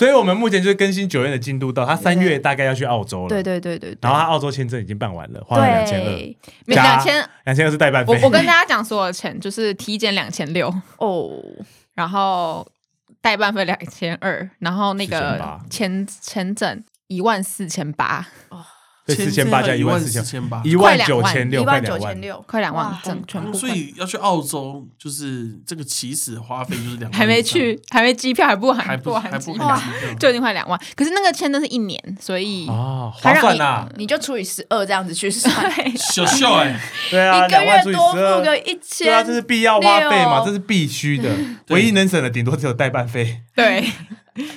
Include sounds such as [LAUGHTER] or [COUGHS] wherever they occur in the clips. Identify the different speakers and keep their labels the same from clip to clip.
Speaker 1: 所以我们目前就是更新九院的进度到，他三月
Speaker 2: 对
Speaker 1: 大概要去澳洲了。
Speaker 2: 对对对对
Speaker 1: 然后
Speaker 2: 对。
Speaker 1: 他澳洲签证已经办完了，花了两千二，
Speaker 2: 对
Speaker 3: 没
Speaker 1: 加
Speaker 3: 两千，
Speaker 1: 两千二是代办
Speaker 3: 我
Speaker 1: 费。
Speaker 3: 我跟大家讲所有钱，就是体检两千
Speaker 1: [LAUGHS]
Speaker 3: 六，
Speaker 2: 哦，
Speaker 3: 然后代办费两千二，然后那个
Speaker 1: 4800
Speaker 3: 签签证一万四千八，
Speaker 1: 对四千八加一
Speaker 4: 万
Speaker 1: 四千，
Speaker 4: 千八，
Speaker 1: 一
Speaker 3: 快
Speaker 1: 万
Speaker 3: 两
Speaker 1: 九
Speaker 3: 万
Speaker 1: 千六，
Speaker 2: 一
Speaker 1: 快
Speaker 2: 万九
Speaker 1: 两万
Speaker 2: 千。六，
Speaker 3: 快两万
Speaker 2: 哇
Speaker 3: 整全部，
Speaker 4: 嗯所以要去澳洲，就是这个起始花费就是两，
Speaker 3: 还没，去，还没机票，还不
Speaker 4: 还
Speaker 3: 含
Speaker 4: 不
Speaker 3: 含
Speaker 4: 还
Speaker 3: 机
Speaker 4: 不
Speaker 3: 票，
Speaker 4: 含
Speaker 3: 就已经快两万。可是那个签证是一年，所以
Speaker 1: 哦，划
Speaker 2: 他啊让
Speaker 1: 算
Speaker 2: 你
Speaker 4: 啊
Speaker 1: 呐！
Speaker 2: 你就除以十二这样子去
Speaker 4: [LAUGHS]
Speaker 2: 算，
Speaker 4: [LAUGHS] 小笑哎，
Speaker 1: 对啊，
Speaker 2: 一个
Speaker 1: 两万除
Speaker 2: 月
Speaker 1: 以
Speaker 2: 多
Speaker 1: 十
Speaker 2: 付
Speaker 1: 二
Speaker 2: 个，一千，
Speaker 1: 对啊，这是必要花费嘛，
Speaker 2: 六
Speaker 1: 这是必须的。
Speaker 4: 对
Speaker 1: 唯一能省的，顶多只有代办费。
Speaker 3: 对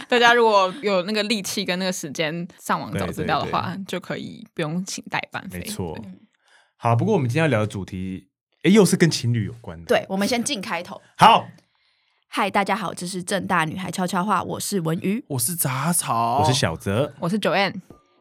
Speaker 3: 大家如果有那个力气跟那个时间上网找
Speaker 1: 对
Speaker 3: 资
Speaker 1: 对
Speaker 3: 料的
Speaker 1: 对
Speaker 3: 话，就可以不用请代办费。
Speaker 1: 没错。好，不过我们今天要聊的主题，哎，又是跟情侣有关的。，
Speaker 2: 对，我们先进开头。
Speaker 1: 好，
Speaker 2: 嗨，大家好，这是正大女孩悄悄话，我是文瑜，
Speaker 4: 我是杂草，
Speaker 1: 我是小泽。
Speaker 3: 我是 Joanne，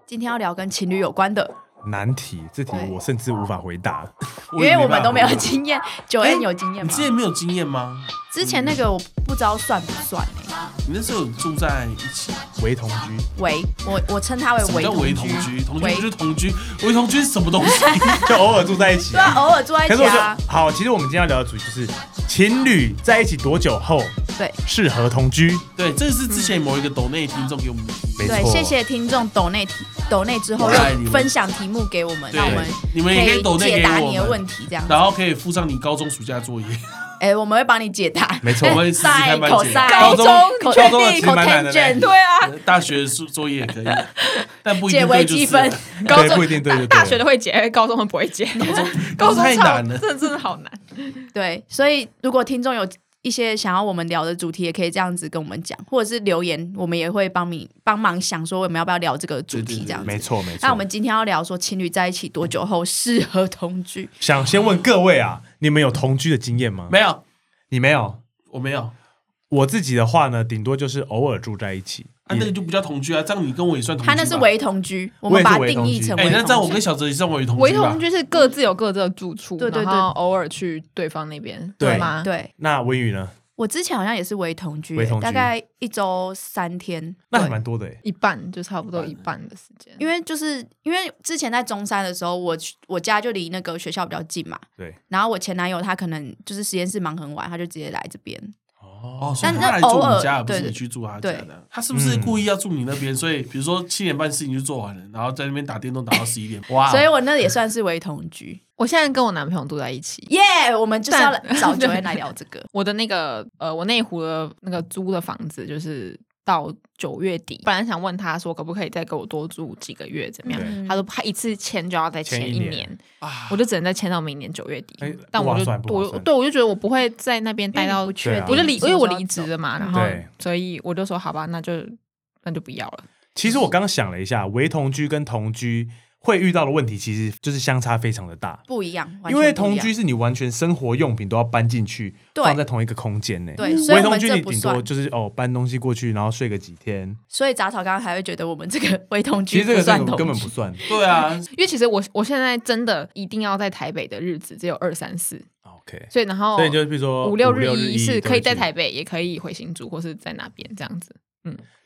Speaker 2: 今天要聊跟情侣有关的，
Speaker 1: 难题，这题
Speaker 2: 对
Speaker 1: 我甚至无法回答。
Speaker 2: [LAUGHS] 因
Speaker 4: 也
Speaker 2: 为我们都没有
Speaker 4: 办法 [LAUGHS]
Speaker 2: 经验，九
Speaker 4: 哎
Speaker 2: N 有经验
Speaker 4: 你
Speaker 2: 吗
Speaker 4: 之？前没有经验吗？
Speaker 2: 之前那个我不知道算不算欸
Speaker 4: 你那时候有住在一起，
Speaker 1: 为同居，
Speaker 2: 为我我称它为
Speaker 4: 什么叫
Speaker 2: 同
Speaker 4: 围
Speaker 2: 居，
Speaker 4: 同居？同居
Speaker 2: 为
Speaker 4: 不就是同居？围同居是什么东西？ [LAUGHS]
Speaker 1: 就偶尔住在一起
Speaker 2: 对啊，
Speaker 1: 啊。
Speaker 2: 偶尔住在一
Speaker 1: 可是
Speaker 2: 起
Speaker 1: 我觉
Speaker 2: 啊
Speaker 1: 得，好，其实我们今天要聊的主题就是情侣在一起多久后
Speaker 2: 对
Speaker 1: 适合同居？
Speaker 4: 对，这是之前某一个抖内听众给我们的提
Speaker 1: 没
Speaker 4: 问。
Speaker 2: 对，
Speaker 1: 错
Speaker 2: 谢谢听众抖内提抖内之后
Speaker 4: 我爱你
Speaker 2: 又
Speaker 4: 们
Speaker 2: 分享题目给我们，
Speaker 4: 对
Speaker 2: 让我们
Speaker 4: 你们也可以抖内
Speaker 2: 解
Speaker 4: 给
Speaker 2: 答
Speaker 4: 我
Speaker 2: 你的
Speaker 4: 们
Speaker 2: 问题，这样子。
Speaker 4: 然后可以附上你高中暑假作业。
Speaker 2: 哎，我们会帮你解答。
Speaker 1: 没错
Speaker 4: 我们会试试看帮你
Speaker 2: 口
Speaker 4: 解
Speaker 2: 塞
Speaker 4: 答，
Speaker 3: 高中
Speaker 2: 口
Speaker 1: 哎高中的其实蛮难的
Speaker 2: tangent
Speaker 1: 嘞
Speaker 3: 对啊，
Speaker 4: 大学作作业也可以， [LAUGHS] 但不一
Speaker 2: 解
Speaker 4: 定
Speaker 2: 微
Speaker 4: 对就
Speaker 2: 积
Speaker 4: 是
Speaker 2: 分
Speaker 4: 了。
Speaker 3: [LAUGHS] 高
Speaker 1: 对
Speaker 3: 中
Speaker 1: 不一定对
Speaker 3: 大
Speaker 1: 就对
Speaker 3: 大学的会解，高中的不会
Speaker 1: [LAUGHS]
Speaker 3: 解， [LAUGHS] 高中
Speaker 4: 高中太
Speaker 3: 超
Speaker 4: 难了
Speaker 3: 真的真的好难。
Speaker 2: 对，所以如果听众有一些想要我们聊的主题，也可以这样子跟我们讲，或者是留言，我们也会帮你帮忙想说我们要不要聊这个主
Speaker 4: 对对
Speaker 2: 题
Speaker 4: 对
Speaker 2: 这样子。
Speaker 1: 没错没错。
Speaker 2: 那我们今天要聊说情侣在一起多久后适合同居？
Speaker 1: 想先问各位啊，你们有同居的经验吗？
Speaker 4: 没有，
Speaker 1: 你没有。
Speaker 4: 我没有，啊，
Speaker 1: 我自己的话呢，顶多就是偶尔住在一起。
Speaker 4: 那个就不叫同居啊，这样你跟我也算同居
Speaker 2: 他
Speaker 4: 吧。
Speaker 2: 那是伪同居，
Speaker 1: 我
Speaker 2: 我们
Speaker 1: 也是
Speaker 2: 把它
Speaker 1: 伪
Speaker 2: 定
Speaker 1: 同
Speaker 2: 义
Speaker 1: 居
Speaker 2: 成
Speaker 4: 哎，
Speaker 2: 伪
Speaker 4: 那
Speaker 2: 同
Speaker 4: 这样我
Speaker 2: 居。
Speaker 4: 跟小哲也算伪同
Speaker 3: 唯
Speaker 4: 居吧
Speaker 3: 同？居是各自有各自的住处，
Speaker 2: 对对对
Speaker 3: 然后偶尔去对方那边，
Speaker 1: 对
Speaker 3: 吗？
Speaker 2: 对
Speaker 1: 那文宇呢？
Speaker 2: 我之前好像也是伪同居、
Speaker 1: 伪同居
Speaker 2: 大概一周三天。
Speaker 1: 那还
Speaker 2: 对
Speaker 1: 蛮多的诶。
Speaker 3: 一半就差不多一半的时间，
Speaker 2: 因为就是因为之前在中山的时候，我去我家就离那个学校比较近嘛，
Speaker 1: 对。
Speaker 2: 然后我前男友他可能就是实验室忙很晚，他就直接来这边。
Speaker 4: 哦，
Speaker 1: 哦，
Speaker 4: 所以
Speaker 2: 但
Speaker 4: 他
Speaker 2: 是
Speaker 4: 来住
Speaker 2: 偶
Speaker 4: 你
Speaker 2: 尔
Speaker 4: 家，而不是
Speaker 2: 对
Speaker 4: 你
Speaker 2: 对
Speaker 4: 去住他家
Speaker 2: 对
Speaker 4: 的。他是不是故意要住你那边？所以比如说七点半事情就做完了，然后在那边打电动打到十一点，哇！哦
Speaker 1: 啊
Speaker 2: 所以我那也算是为同居。
Speaker 3: 我现在跟我男朋友住在一起，
Speaker 2: 耶、我们就是要来
Speaker 3: 但
Speaker 2: 找九恩来聊这
Speaker 3: [LAUGHS]
Speaker 2: 个
Speaker 3: 我的那个呃，我内湖的那个租的房子就是到九月底，本来想问他说可不可以再给我多住几个月怎么样
Speaker 1: 对？啊
Speaker 3: 他说他一次签就要再签
Speaker 1: 签一
Speaker 3: 一
Speaker 1: 年
Speaker 3: 年，
Speaker 4: 啊
Speaker 3: 我就只能再签到明年九月底
Speaker 1: 哎。
Speaker 3: 但
Speaker 1: 不划
Speaker 3: 我就
Speaker 1: 算不划
Speaker 3: 我
Speaker 1: 算
Speaker 3: 对我就觉得我不会在那边待到
Speaker 2: 不
Speaker 1: 确
Speaker 2: 确
Speaker 1: 定
Speaker 2: 定，
Speaker 3: 我就离，因为我离职
Speaker 2: 了。
Speaker 3: 了嘛，然后
Speaker 1: 对
Speaker 3: 所以我就说好吧，那就那就不要了。
Speaker 1: 其实我刚想了一下，为同居跟同居会遇到的问题，其实就是相差非常的大。
Speaker 2: 不一样，
Speaker 1: 因
Speaker 2: 完全不一
Speaker 1: 为
Speaker 2: 样
Speaker 1: 同居是你完全生活用品都要搬进去，
Speaker 2: 对
Speaker 1: 放在同一个空间呢。
Speaker 2: 对，所
Speaker 1: 为
Speaker 2: 以我
Speaker 1: 同
Speaker 2: 们
Speaker 1: 居
Speaker 2: 这
Speaker 1: 你
Speaker 2: 不
Speaker 1: 顶多
Speaker 2: 算。
Speaker 1: 就是哦搬东西过去，然后睡个几天。
Speaker 2: 所以杂草刚刚还会觉得我们这个为同
Speaker 1: 其
Speaker 2: 居
Speaker 1: 实这
Speaker 2: 不
Speaker 1: 个
Speaker 2: 算
Speaker 1: 这
Speaker 2: 同
Speaker 1: 个
Speaker 2: 居，
Speaker 1: 根本不算。
Speaker 4: 对啊，
Speaker 3: 因为其实我我现在真的一定要在台北的日子只有二三四，
Speaker 1: 啊 OK，
Speaker 3: 所以然后
Speaker 1: 所以就比如说
Speaker 3: 哦五六
Speaker 1: 日
Speaker 3: 日一是可以在
Speaker 1: 台。
Speaker 3: 台北，也可以回新竹或是在哪边这样子。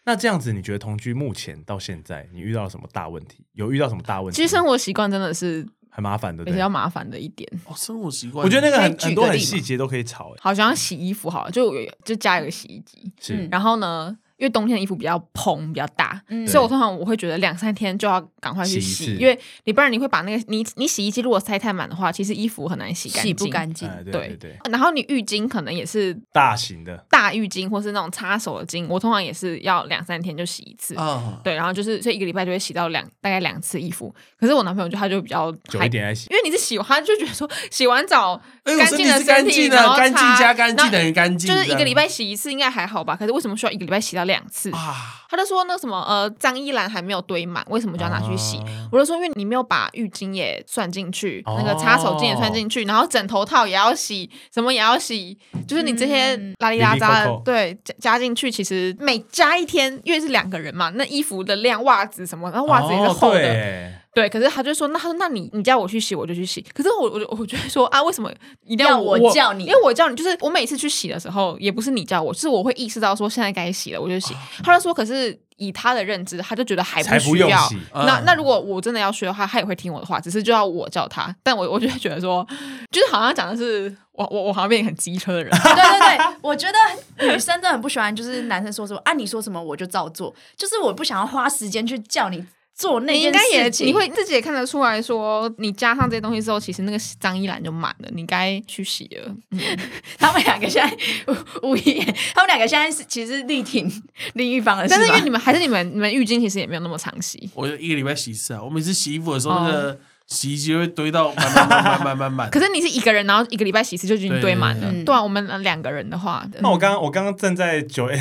Speaker 1: 那这样子，你觉得同居目前到现在，你遇到了什么大问题？有遇到什么大问题
Speaker 3: 其
Speaker 1: 吗？
Speaker 3: 实生活习惯真的是
Speaker 1: 很麻烦的，
Speaker 3: 比
Speaker 1: 对不
Speaker 3: 较
Speaker 1: 对。
Speaker 3: 麻烦的一点。
Speaker 4: 哦，生活习惯，
Speaker 1: 我觉得那个很
Speaker 2: 可以举个
Speaker 1: 很多很
Speaker 2: 例吗
Speaker 1: 细节都可以吵、欸，
Speaker 3: 好想要洗衣服好了，就有就家有个洗衣机，
Speaker 1: 是、
Speaker 2: 嗯
Speaker 3: 然后呢，因为冬天的衣服比较蓬比较大，
Speaker 2: 嗯
Speaker 3: 所以我通常我会觉得两三天就要赶快
Speaker 1: 洗
Speaker 3: 去洗，
Speaker 1: 一次
Speaker 3: 因为你不然你会把那个你你洗衣机如果塞太满的话，其实衣服很难洗干净。
Speaker 2: 洗不干净。
Speaker 1: 哎，对
Speaker 3: 嗯对
Speaker 1: 对对，
Speaker 3: 然后你浴巾可能也是
Speaker 1: 大型的
Speaker 3: 大浴巾或是那种擦手的巾，我通常也是要两三天就洗一次。
Speaker 4: 啊，
Speaker 3: 对，然后就是所以一个礼拜就会洗到两大概两次衣服，可是我男朋友就他就比较
Speaker 1: 久
Speaker 3: 还
Speaker 1: 一点来洗，
Speaker 3: 因为你是洗完，他就觉得说洗完澡
Speaker 4: 哎我
Speaker 3: 干
Speaker 4: 身
Speaker 3: 净
Speaker 4: 体
Speaker 3: 的
Speaker 4: 是干
Speaker 3: 体，
Speaker 4: 净
Speaker 3: 然
Speaker 4: 的，
Speaker 3: 后
Speaker 4: 干净
Speaker 3: 擦
Speaker 4: 加干净
Speaker 3: 然
Speaker 4: 等于干
Speaker 3: 后
Speaker 4: 净，
Speaker 3: 就是一
Speaker 4: 这
Speaker 3: 个
Speaker 4: 样
Speaker 3: 礼拜洗一次应该还好吧？可是为什么需要一个礼拜洗到两次？
Speaker 4: 啊。
Speaker 3: 他就说那什么呃脏衣篮还没有堆满，为什么就要拿去洗？
Speaker 1: 啊
Speaker 3: 我就说因为你没有把浴巾也算进去，
Speaker 1: 哦
Speaker 3: 那个擦手巾也算进去，然后枕头套也要洗，什么也要洗，就是你这些
Speaker 2: 嗯
Speaker 3: 拉里拉
Speaker 1: 里里
Speaker 3: 扎的
Speaker 1: 扣扣
Speaker 3: 对加加进去，其实每加一天，因为是两个人嘛，那衣服的量、袜子什么，然后袜子也是厚
Speaker 1: 哦
Speaker 3: 的，
Speaker 1: 对
Speaker 3: 对，可是他就说，那他说，那你你叫我去洗，我就去洗。可是我我就我就会说啊，为什么一定
Speaker 2: 要
Speaker 3: 我
Speaker 2: 我叫你
Speaker 1: 哎
Speaker 3: 因为我叫你，就是我每次去洗的时候，也不是你叫我，是我会意识到说现在该洗了，我就洗。他就说，可是以他的认知，他就觉得还
Speaker 1: 啊才
Speaker 3: 需
Speaker 1: 不用
Speaker 3: 要。
Speaker 1: 洗啊
Speaker 3: 那
Speaker 4: 嗯
Speaker 3: 那如果我真的要学的话，他也会听我的话，只是就要我叫他。但我我就会觉得说，就是好像讲的是我我我好像变成很机车的人，
Speaker 2: [LAUGHS] 对对对，我觉得女生真的很不喜欢，就是男生说什么啊，你说什么我就照做，就是我不想要花时间去叫你做 [LAUGHS] 那
Speaker 3: 你应
Speaker 2: 件
Speaker 3: 该也
Speaker 2: 事情。
Speaker 3: 你会自己也看得出来说，你加上这些东西之后，其实那个脏衣篮就满了，你该去洗了。
Speaker 2: [LAUGHS] 他们两个现在无无言，他们两个现在是其实是力挺 [LAUGHS] 另一方的
Speaker 3: 但是因为
Speaker 2: 吗
Speaker 3: 你们还是你们你们浴巾其实也没有那么常洗，
Speaker 4: 我一个礼拜洗一次啊，我每次洗衣服的时候，那个洗衣机会堆到满满满满满满满。
Speaker 3: 可是你是一个人，然后一个礼拜洗一次就已经
Speaker 4: 对
Speaker 3: 堆满
Speaker 4: 对嗯
Speaker 3: 了
Speaker 2: 对。对
Speaker 3: 对啊，我们两个人的话，
Speaker 1: 那我刚刚我刚刚站在九 A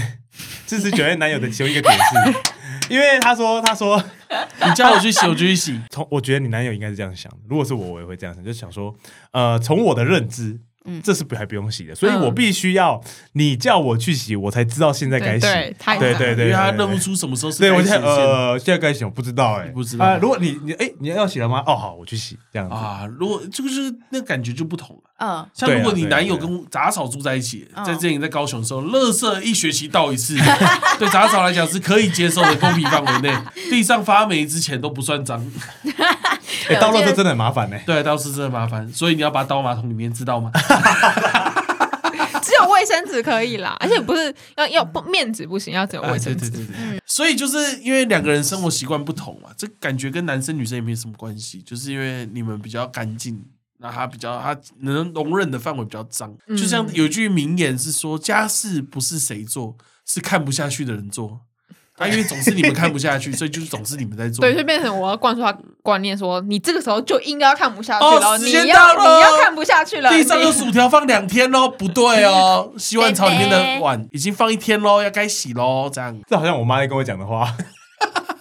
Speaker 1: 支持九 A 男友的其中一个点是，因为他说他说
Speaker 4: 你叫我去洗，我就去洗。
Speaker 1: 从我觉得你男友应该是这样想的，如果是我，我也会这样想，就想说，呃，从我的认知，
Speaker 2: 嗯
Speaker 1: 这是不还不用洗的，所以
Speaker 3: 嗯
Speaker 1: 我必须要你叫我去洗，我才知道现在该
Speaker 3: 对
Speaker 1: 洗。
Speaker 3: 对，他也
Speaker 1: 对
Speaker 3: 是
Speaker 1: 对
Speaker 4: 因为他认不出什么时候是
Speaker 1: 对，
Speaker 4: 该
Speaker 1: 我
Speaker 4: 洗
Speaker 1: 现在
Speaker 4: 的线
Speaker 1: 呃，现在该洗，我不知道哎、
Speaker 4: 不知道
Speaker 1: 啊如果你你哎、你要洗了吗？哦，好，我去洗这样子。
Speaker 4: 啊。如果这个就是那感觉就不同了。
Speaker 2: 嗯，
Speaker 4: 像如
Speaker 1: 对
Speaker 4: 果
Speaker 1: 啊
Speaker 4: 你
Speaker 1: 对啊
Speaker 4: 男友跟杂草住在一起，
Speaker 2: 嗯
Speaker 4: 在之前在高雄的时候，垃圾一学期倒一次， [LAUGHS] 对杂草来讲是可以接受的公平范围内，地上发霉之前都不算脏。
Speaker 1: 哎、到垃圾真的很麻烦呢、欸
Speaker 4: 对，倒是真的麻烦，所以你要把它倒马桶里面，知道吗？
Speaker 3: [LAUGHS] 只有卫生纸可以啦，而且不是要要不面纸不行，要只有卫
Speaker 4: 对
Speaker 3: 生
Speaker 4: 啊对
Speaker 3: 纸。
Speaker 4: 对对，所以就是因为两个人生活习惯不同嘛，这感觉跟男生女生也没什么关系，就是因为你们比较干净，那他比较他能容忍的范围比较脏。
Speaker 3: 嗯
Speaker 4: 就像有句名言是说，家事不是谁做，是看不下去的人做。啊，因为总是你们看不下去， [LAUGHS] 所以就是总是你们在做。
Speaker 3: 对，就变成我要灌输他观念说，你这个时候就应该要看不下去
Speaker 4: 哦
Speaker 3: 了，
Speaker 4: 时
Speaker 3: 你
Speaker 4: 间
Speaker 3: 要
Speaker 4: 到
Speaker 3: 你
Speaker 4: 了
Speaker 3: 要看不下去了，
Speaker 4: 地上
Speaker 3: 你
Speaker 4: 有薯条放两天喽，不对
Speaker 3: [LAUGHS]
Speaker 4: 哦。洗碗槽里面的碗已经放一天喽，要该洗喽，这样。
Speaker 1: 这好像我妈在跟我讲的话，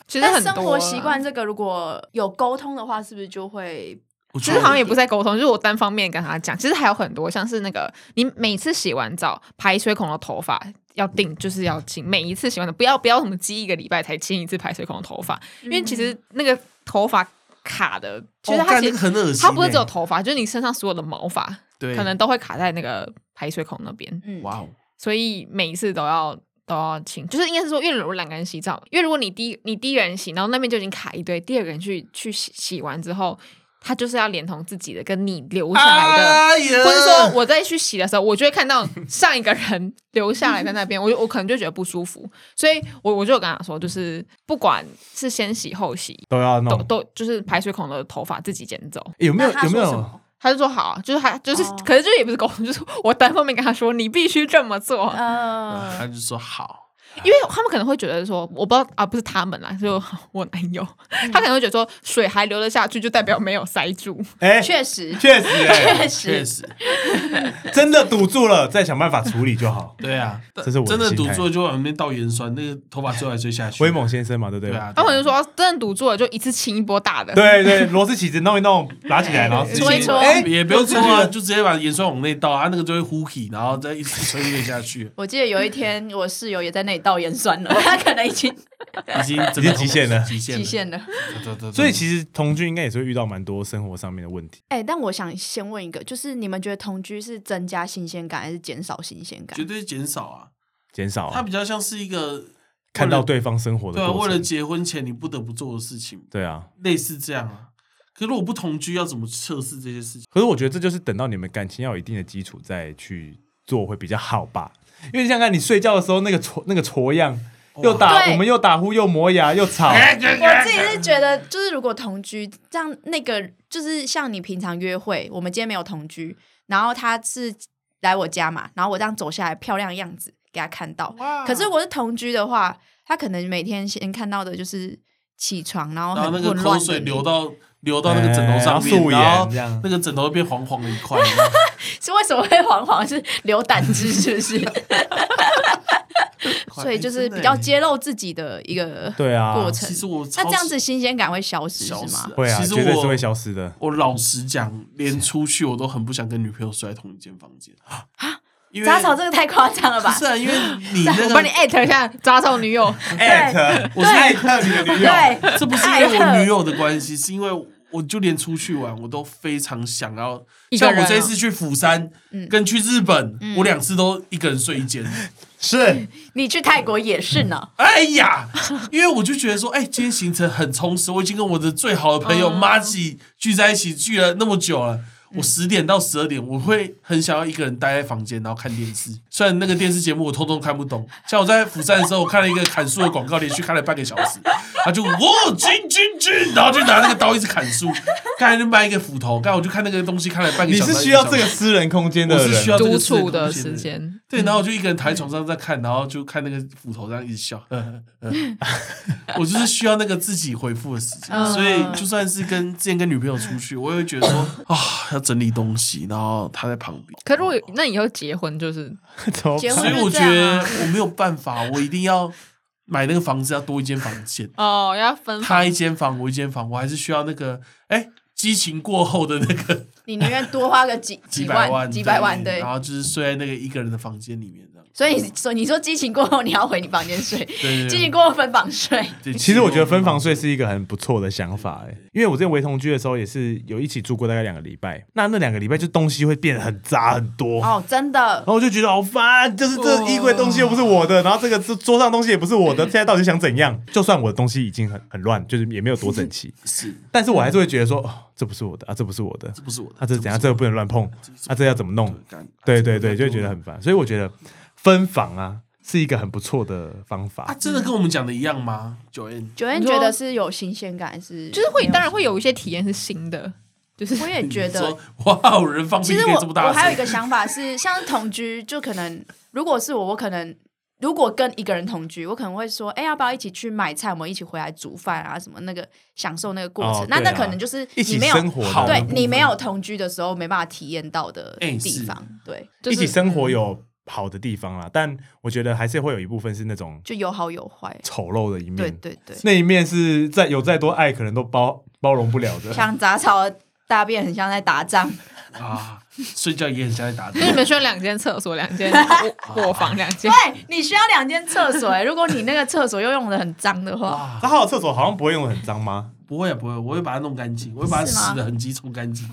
Speaker 3: 其实
Speaker 2: 但
Speaker 3: 很
Speaker 2: 生
Speaker 3: 多
Speaker 2: 活
Speaker 3: 啊
Speaker 2: 习惯这个如果有沟通的话，是不是就会
Speaker 4: 我
Speaker 3: 其
Speaker 4: 觉
Speaker 3: 实
Speaker 4: 得哦
Speaker 3: 好像也不是在沟通，就是我单方面跟他讲。其实还有很多，像是那个你每次洗完澡排水孔的头发要定，就是要清。每一次洗完澡不要不要什么积一个礼拜才清一次排水孔的头发，因为其实那个头发卡的，其实
Speaker 4: 嗯哦
Speaker 3: 它
Speaker 4: 干
Speaker 3: 其实、
Speaker 4: 那个很恶心欸。
Speaker 3: 它不是只有头发，就是你身上所有的毛发
Speaker 4: 对，
Speaker 3: 可能都会卡在那个排水孔那边，
Speaker 2: 嗯
Speaker 4: 哇哦，
Speaker 3: 所以每一次都要。都要清，就是应该是说，因为如果两个人洗澡，因为如果你第一你第一个人洗，然后那边就已经卡一堆，第二个人去去洗洗完之后，他就是要连同自己的跟你留下来的，
Speaker 4: 哎呀
Speaker 3: 或者说我在去洗的时候，我就会看到上一个人留下来在那边，我就我可能就觉得不舒服，所以我我就有跟他说，就是不管是先洗后洗，
Speaker 1: 都要
Speaker 3: 都
Speaker 1: 弄。
Speaker 3: 都就是排水孔的头发自己剪走。
Speaker 1: 欸有没有
Speaker 2: 那他
Speaker 1: 有没
Speaker 2: 说什
Speaker 1: 有
Speaker 2: 么？
Speaker 3: 他就说好啊，就是他就是，
Speaker 2: 哦
Speaker 3: 可是就也不是沟通，就是我单方面跟他说你必须这么做，嗯
Speaker 2: 呃，
Speaker 4: 他就说好，
Speaker 3: 因为他们可能会觉得说，我不知道啊，不是他们啦，就 [LAUGHS] 我男友，他可能会觉得说水还流得下去，就代表没有塞住。
Speaker 1: 哎、
Speaker 2: 嗯
Speaker 1: [LAUGHS]
Speaker 2: 确实，
Speaker 1: 确实、欸，
Speaker 2: 确
Speaker 4: 确
Speaker 2: 实，
Speaker 4: 实，
Speaker 1: 真的堵住了，再想办法处理就好。
Speaker 4: 对啊，
Speaker 1: 这是我的
Speaker 4: 真的
Speaker 1: 心
Speaker 4: 堵
Speaker 1: 态
Speaker 4: 住了就往那边倒盐酸，那个头发追来追下去。
Speaker 1: 威猛先生嘛，对不对？
Speaker 4: 对啊，
Speaker 3: 他
Speaker 4: 对啊
Speaker 3: 可能说哦真的堵住了，就一次清一波大
Speaker 4: [LAUGHS]
Speaker 3: 的。
Speaker 1: 对对，螺丝起子弄一弄，拿起
Speaker 4: 啊
Speaker 1: 来，然后自己
Speaker 2: 搓一搓，
Speaker 1: 哎、
Speaker 4: 也不用
Speaker 1: 出
Speaker 4: 搓
Speaker 1: 去
Speaker 4: 啊，
Speaker 1: 了。
Speaker 4: 就直接把盐酸往内倒，啊，那个就会呼起，然后再一直吹灭下
Speaker 3: [LAUGHS]
Speaker 4: 去
Speaker 2: 我记得有一天我室友也在那里倒盐酸了， [LAUGHS] 他可能已经
Speaker 4: 已经真的
Speaker 1: 已经极限了
Speaker 4: 极限
Speaker 2: 极
Speaker 4: 了，
Speaker 2: 限了。
Speaker 4: 对。对对
Speaker 1: 所以其实同居应该也是会遇到蛮多生活上面的问题。
Speaker 2: 哎、但我想先问一个，就是你们觉得同居是增加新鲜感还是减少新鲜感
Speaker 4: 绝？对减少啊，
Speaker 1: 减少、
Speaker 4: 它
Speaker 1: 啊、
Speaker 4: 比较像是一个
Speaker 1: 看到
Speaker 4: 为了
Speaker 1: 对方生活
Speaker 4: 对
Speaker 1: 的
Speaker 4: 啊，
Speaker 1: 过
Speaker 4: 为了
Speaker 1: 程。
Speaker 4: 结婚前你不得不做的事情，
Speaker 1: 对啊，
Speaker 4: 类似这样啊。可是我不同居要怎么测试这些事情？
Speaker 1: 可是我觉得这就是等到你们感情要有一定的基础再去做会比较好吧。因为你想想看，你睡觉的时候那个挫那个挫样，又打
Speaker 2: 对
Speaker 1: 我们又打呼又磨牙又吵，
Speaker 2: [LAUGHS]
Speaker 4: 哎
Speaker 2: 我自己是觉得，就是如果同居，这样那个就是像你平常约会，我们今天没有同居，然后他是来我家嘛，然后我这样走下来漂亮样子给他看到。
Speaker 4: 哇
Speaker 2: 可是我是同居的话，他可能每天先看到的就是起床，然后
Speaker 4: 然后
Speaker 2: 很
Speaker 4: 那
Speaker 2: 混
Speaker 4: 个
Speaker 2: 乱
Speaker 4: 口
Speaker 2: 的
Speaker 4: 水
Speaker 2: 你
Speaker 4: 流到流到那个枕头上
Speaker 1: 哎然后素
Speaker 4: 面，
Speaker 1: 颜
Speaker 4: 然后
Speaker 1: 这样
Speaker 4: 那个枕头变黄黄的一块。
Speaker 2: 是为什么会黄黄？是流胆汁是不是？ [LAUGHS]
Speaker 4: [LAUGHS]
Speaker 2: 所
Speaker 1: 哎
Speaker 2: 以就是比较揭露自己的一个
Speaker 1: 对啊
Speaker 2: 过
Speaker 4: 其
Speaker 2: 程。
Speaker 4: 实我超
Speaker 2: 那这样子新鲜感会消失是
Speaker 4: 消失
Speaker 2: 吗？
Speaker 1: 会啊，
Speaker 4: 其实
Speaker 1: 绝对
Speaker 4: 我
Speaker 1: 是会消失的。
Speaker 4: 我老实讲，连出去我都很不想跟女朋友睡在同一间房间啊，因为
Speaker 2: 杂草这个太夸张了吧
Speaker 4: 不？ [LAUGHS] 是
Speaker 2: [LAUGHS]
Speaker 4: 啊，因为你那
Speaker 3: 我帮你
Speaker 4: 个，
Speaker 3: 艾特一下杂草女友，
Speaker 1: 艾特，我是艾特你的女友，
Speaker 2: 对，
Speaker 4: 这不是因为我女友的关系，是因为我就连出去玩，我都非常想要。
Speaker 3: 一个
Speaker 4: 像
Speaker 3: 人
Speaker 4: 我这
Speaker 3: 哦
Speaker 4: 次去釜山
Speaker 2: 嗯
Speaker 4: 跟去日本，我两次都一个人睡一间。
Speaker 1: 是
Speaker 2: 你去泰国也是呢，
Speaker 4: 哎呀，因为我就觉得说，哎，今天行程很充实，我已经跟我的最好的朋友
Speaker 3: 嗯
Speaker 4: m a g 聚在一起聚了那么久了。我十点到十二点，我会很想要一个人待在房间，然后看电视。虽然那个电视节目我通通看不懂，像我在釜山的时候，我看了一个砍树的广告，连续看了半个小时，他就哦我军军军，然后就拿那个刀一直砍树。刚才就卖一个斧头，刚才我就看那个东西看了半个
Speaker 1: 你
Speaker 4: 小时。
Speaker 1: 是需要这个私人空间的
Speaker 4: 我是需
Speaker 1: 人，
Speaker 4: 要这
Speaker 3: 独
Speaker 4: 个私人
Speaker 3: 处
Speaker 4: 空
Speaker 3: 的
Speaker 4: 间
Speaker 3: 时。间，
Speaker 4: 对，
Speaker 1: 嗯
Speaker 4: 然后我就一个人躺在床上在看，然后就看那个斧头这样一直笑。
Speaker 1: 嗯
Speaker 4: [LAUGHS] 我就是需要那个自己回复的时间，
Speaker 2: 嗯
Speaker 4: 所以就算是跟之前跟女朋友出去，我也会觉得说啊，要整理东西，然后她在旁边。
Speaker 3: 可如果那以后结婚就是
Speaker 1: [LAUGHS] 怎么
Speaker 2: 结婚
Speaker 4: 所以我觉
Speaker 2: 这样
Speaker 4: 得
Speaker 2: 啊
Speaker 4: 我没有办法，我一定要买那个房子要多一间房间，
Speaker 3: 哦要
Speaker 2: 嗯
Speaker 3: 分房，
Speaker 4: 她一间房，我一间房，我还是需要那个哎激情过后的那个
Speaker 2: 你宁愿多花个 [LAUGHS] 几
Speaker 4: 几百
Speaker 2: 万、
Speaker 4: 万、
Speaker 2: 几百万，对
Speaker 4: 然。后就是睡在那个一个人的房间里面这样。
Speaker 2: 所以所以你说激情过后你要回你房间睡，
Speaker 4: 对对
Speaker 2: 激情
Speaker 4: 对
Speaker 2: 过后分房睡，
Speaker 4: 对，
Speaker 1: 其实我觉得分房
Speaker 4: 睡。
Speaker 1: 睡是一个很不错的想法、欸，因为我之前围同居的时候也是有一起住过大概两个礼拜，那那两个礼拜就东西会变得很杂很多，
Speaker 2: 哦，真的
Speaker 1: 然，后我就觉得好烦，就是这
Speaker 3: 哇
Speaker 1: 衣柜东西又不是我的，然后这个桌桌上东西也不是我的，现在到底想怎样？就算我的东西已经很很乱，就是也没有多整齐，
Speaker 2: 嗯
Speaker 4: 是，
Speaker 1: 但是我还是会觉得说，哦，这不是我的啊，这不是我的，
Speaker 4: 这不是我的。
Speaker 1: 啊，这怎样？这个不能乱碰，啊，这要怎么弄？
Speaker 4: 干
Speaker 1: 对对
Speaker 2: 嗯
Speaker 1: 对，就会觉得很烦，所以我觉得分房啊是一个很不错的方
Speaker 4: 啊，
Speaker 1: 法。
Speaker 4: 真的跟我们讲的一样吗？九 N，
Speaker 2: 九燕
Speaker 3: 你说
Speaker 2: 觉得是有新鲜感，是
Speaker 3: 就是会当然会有一些体验是新的，就是
Speaker 2: 我也觉得
Speaker 4: 说，哇，有人放屁
Speaker 2: 其实
Speaker 4: 可以
Speaker 2: 我
Speaker 4: 这么
Speaker 2: 我
Speaker 4: 大
Speaker 2: 还有一
Speaker 4: 声，
Speaker 2: 个想法是，像是同居，就可能如果是我，我可能如果跟一个人同居，我可能会说，哎、要不要一起去买菜？我们一起回来煮饭啊，什么那个享受那个过程。
Speaker 1: 哦
Speaker 2: 那
Speaker 1: 对啊
Speaker 2: 那可能就是
Speaker 1: 一
Speaker 2: 你
Speaker 1: 起
Speaker 2: 没有
Speaker 1: 生活啊
Speaker 4: 好
Speaker 1: 的
Speaker 2: 对
Speaker 4: 的部
Speaker 2: 你
Speaker 4: 分
Speaker 2: 没有同居的时候没办法体验到的
Speaker 4: 哎
Speaker 2: 地
Speaker 4: 是
Speaker 2: 方，对，
Speaker 3: 就是嗯
Speaker 1: 一起生活有好的地方啦，但我觉得还是会有一部分是那种
Speaker 2: 就有好有坏。
Speaker 1: 丑陋的一面，
Speaker 2: 对对对，
Speaker 1: 那一面是再有再多爱，可能都包包容不了 [LAUGHS] 的。
Speaker 2: 像杂草的大便很像在
Speaker 3: [LAUGHS]
Speaker 2: 打仗，
Speaker 4: 啊，睡觉也很像在打
Speaker 3: 所以你
Speaker 4: 嗝。
Speaker 3: 们需要两间厕所、两间卧卧房、两间
Speaker 2: 对你需要两间厕所、哎，如果你那个厕所又用的很脏的话，
Speaker 4: 啊，
Speaker 1: 那好，厕所好像不会用的很脏吗？
Speaker 4: 不会啊不会，我会把它弄干净，我会把它
Speaker 2: 是吗
Speaker 4: 屎的痕迹冲干净。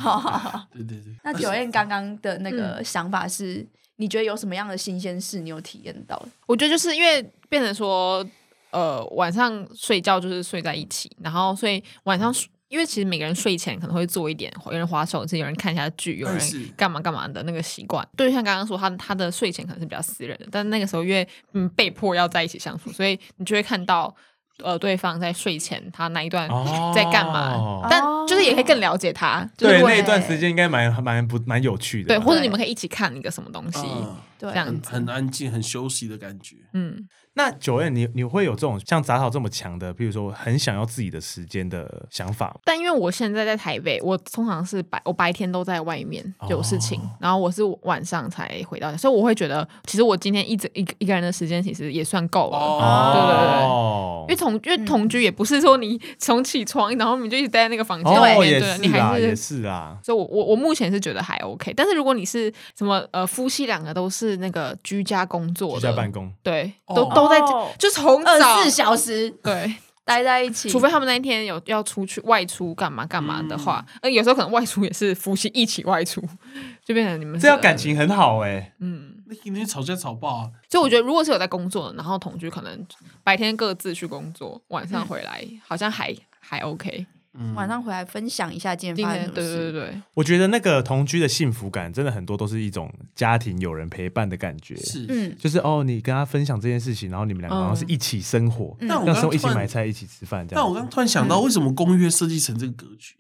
Speaker 4: 对对对，
Speaker 2: 那九燕刚刚的那
Speaker 3: 嗯
Speaker 2: 个想法是，你觉得有什么样的新鲜事你有体验到？
Speaker 3: 我觉得就是因为变成说，呃，晚上睡觉就是睡在一起，然后所以晚上睡因为其实每个人睡前可能会做一点，有人划手机，有人看一下剧，有
Speaker 1: 哎
Speaker 4: 但
Speaker 3: 人
Speaker 4: 是
Speaker 3: 干嘛干嘛的那个习惯。对，像刚刚说他他的睡前可能是比较私人的，但那个时候因为嗯被迫要在一起相处，所以你就会看到呃对方在睡前他那一段
Speaker 1: 哦
Speaker 3: [LAUGHS] 在干嘛，
Speaker 1: 哦
Speaker 3: 但就是也可以更了解他。就
Speaker 1: 对，
Speaker 3: 是如果
Speaker 1: 那
Speaker 3: 你
Speaker 1: 一段时间应该蛮蛮不蛮有趣的
Speaker 3: 对，
Speaker 1: 吧。
Speaker 3: 或者你们可以一起看一个什么东西，
Speaker 1: 嗯
Speaker 4: 啊，
Speaker 2: 对，
Speaker 3: 这样
Speaker 4: 很
Speaker 3: 子
Speaker 4: 很安静，很休息的感觉。
Speaker 3: 嗯，
Speaker 1: 那九燕，你你会有这种像杂草这么强的，比如说很想要自己的时间的想法吗？
Speaker 3: 但因为我现在在台北，我通常是白我白天都在外面
Speaker 1: 哦
Speaker 3: 有事情，然后我是晚上才回到家，所以我会觉得，其实我今天一直一个一个人的时间其实也算够了。
Speaker 1: 哦
Speaker 3: 因为同因
Speaker 2: 嗯
Speaker 3: 为同居也不是说你从起床，然后你就一直待在那个房间里
Speaker 1: 哦，
Speaker 3: 面，
Speaker 1: 也
Speaker 3: 对，你
Speaker 1: 是啊，
Speaker 3: 还
Speaker 1: 也
Speaker 3: 是
Speaker 1: 是啊，
Speaker 3: 所以我，我我目前是觉得还 OK。但是如果你是什么呃夫妻两个都是那个居家工作
Speaker 1: 居
Speaker 3: 的，
Speaker 1: 家办公，
Speaker 3: 对，
Speaker 4: 哦
Speaker 3: 都都在
Speaker 2: 哦
Speaker 3: 就从
Speaker 2: 二
Speaker 3: 早
Speaker 2: 十四小时
Speaker 3: 对，
Speaker 2: 待在一起，
Speaker 3: 除非他们那一天有要出去外出干嘛干嘛的话，呃，有时候可能外出也是夫妻一起外出， [LAUGHS] 就变成你们
Speaker 1: 这要
Speaker 3: 是
Speaker 1: 感，情很好哎。
Speaker 3: 嗯，
Speaker 4: 那今天吵架吵爆啊，
Speaker 3: 所以我觉得如果是有在工作的，然后同居可能白天各自去工作，晚上回来、好像还还 OK。
Speaker 4: 嗯
Speaker 2: 晚上回来分享一下今天
Speaker 3: 今
Speaker 2: 发生
Speaker 3: 天
Speaker 2: 什么
Speaker 3: 对对对
Speaker 2: 事。
Speaker 3: 对，？
Speaker 1: 我觉得那个同居的幸福感，真的很多都是一种家庭有人陪伴的感觉。
Speaker 4: 是。
Speaker 2: 嗯，
Speaker 1: 就是哦，你跟他分享这件事情，然后你们两个好像是一起生活，
Speaker 2: 嗯
Speaker 4: 但我
Speaker 1: 那
Speaker 4: 刚
Speaker 1: 时候
Speaker 4: 刚
Speaker 1: 一起
Speaker 4: 突
Speaker 1: 买
Speaker 4: 然，
Speaker 1: 菜，一起吃饭这
Speaker 4: 但我
Speaker 1: 样。
Speaker 4: 刚刚突然想到，为什么公约设计成这个格局？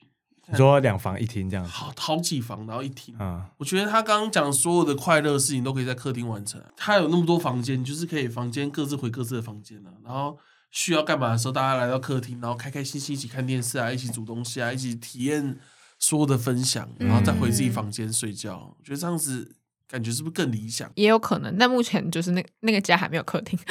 Speaker 1: 你说两房一厅这样子，
Speaker 4: 好好几房，然后一厅，
Speaker 1: 嗯，
Speaker 4: 我觉得他刚刚讲所有的快乐的事情都可以在客厅完成啊、他有那么多房间，就是可以房间各自回各自的房间呢、啊然后需要干嘛的时候，大家来到客厅，然后开开心心一起看电视啊，一起煮东西啊，一起体验所有的分享，然后再回自己房间睡觉。啊我觉得这样子感觉是不是更理想
Speaker 3: 也有可能，但目前就是那那个家还没有客厅， [LAUGHS]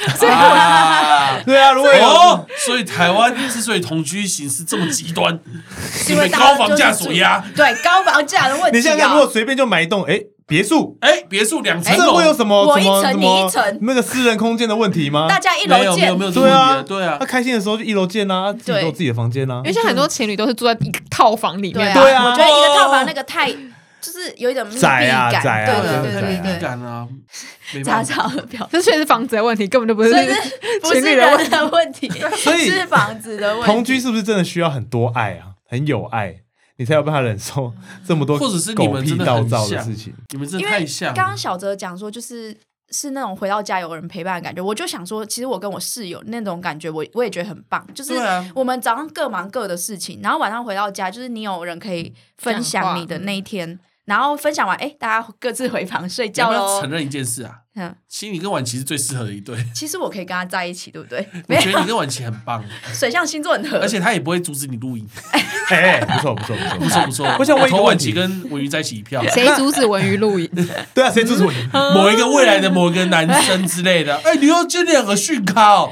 Speaker 1: [LAUGHS]
Speaker 4: 啊
Speaker 1: 对啊，如果
Speaker 4: 哦，所以台湾之所以同居形式这么极端，是
Speaker 2: 因为
Speaker 4: 被
Speaker 2: 大家
Speaker 4: 高房价所压。
Speaker 2: 对高房价的问题啊。
Speaker 1: 你想想，如果随便就买一栋，哎，别墅。
Speaker 4: 哎，别墅两层
Speaker 1: 这
Speaker 4: 楼
Speaker 1: 会有什么
Speaker 2: 我
Speaker 1: 什
Speaker 2: 一
Speaker 1: 么
Speaker 2: 层
Speaker 1: 什
Speaker 2: 你
Speaker 1: 么
Speaker 2: 一层
Speaker 1: 那个私人空间的问题吗？
Speaker 2: 大家一
Speaker 4: 没
Speaker 2: 楼
Speaker 4: 有没有
Speaker 2: 见
Speaker 4: 没。有这个
Speaker 1: 对
Speaker 4: 问题的
Speaker 1: 啊，
Speaker 4: 对啊
Speaker 1: 他，开心的时候就一楼见啊，自己都有
Speaker 2: 对
Speaker 1: 自己的房间啊
Speaker 3: 因为。现在很多情侣都是住在一个套房里
Speaker 2: 对
Speaker 3: 面，
Speaker 1: 对啊
Speaker 2: 我觉得一个套房那个太就是有一点密闭
Speaker 1: 窄啊
Speaker 2: 感，
Speaker 1: 窄啊
Speaker 2: 对对
Speaker 1: 对
Speaker 2: 对
Speaker 1: 啊
Speaker 2: 对对，
Speaker 4: 敢啊，没
Speaker 2: 杂
Speaker 4: 办法，
Speaker 2: 草的表
Speaker 3: 这确实是房子的问题，根本就不是
Speaker 2: 所以
Speaker 3: [LAUGHS]
Speaker 2: 是不是
Speaker 3: 情侣的问
Speaker 2: 人的问题，
Speaker 1: 所以
Speaker 2: 是房子的问题。
Speaker 1: 同居是不是真的需要很多爱啊，很有爱，你才有办法忍受这么多
Speaker 4: 或者是你
Speaker 1: 狗
Speaker 4: 们
Speaker 1: 屁
Speaker 4: 真的
Speaker 1: 道
Speaker 4: 很
Speaker 1: 灶的
Speaker 4: 像
Speaker 1: 事情？
Speaker 4: 你们真
Speaker 2: 因
Speaker 4: 的
Speaker 2: 为
Speaker 4: 太像了。
Speaker 2: 刚刚小哲讲说，就是是那种回到家有人陪伴的感觉，我就想说，其实我跟我室友那种感觉，我我也觉得很棒，就是
Speaker 4: 对啊，
Speaker 2: 我们早上各忙各的事情，然后晚上回到家，就是你有人可以分享你的那一天，然后分享完，哎，大家各自回房睡
Speaker 4: 要
Speaker 2: 觉
Speaker 4: 不要
Speaker 2: 喽
Speaker 4: 承。认一件事啊？
Speaker 2: 嗯，
Speaker 4: 心里跟婉琪是最适合的
Speaker 2: [LAUGHS]
Speaker 4: 一对，
Speaker 2: 其实我可以跟他在一起，对不对？
Speaker 4: 我
Speaker 2: 没
Speaker 4: 觉得你
Speaker 2: 有，
Speaker 4: 跟婉琪很棒，
Speaker 2: 水象星座很合
Speaker 4: 而。且他也不会阻止你录音，
Speaker 1: 哎，不错不错不错
Speaker 4: 不错不错。
Speaker 1: [LAUGHS] 我想问一个
Speaker 4: 投
Speaker 1: 问
Speaker 4: 婉
Speaker 1: 题
Speaker 4: 琪跟文瑜在一起一票，
Speaker 3: 谁阻止文娱录 [LAUGHS] 影？
Speaker 1: 对啊，谁支持我？
Speaker 3: 嗯
Speaker 4: 某一个未来的某一个男生之
Speaker 2: [LAUGHS]
Speaker 4: 类的，哎，你要这两个讯号，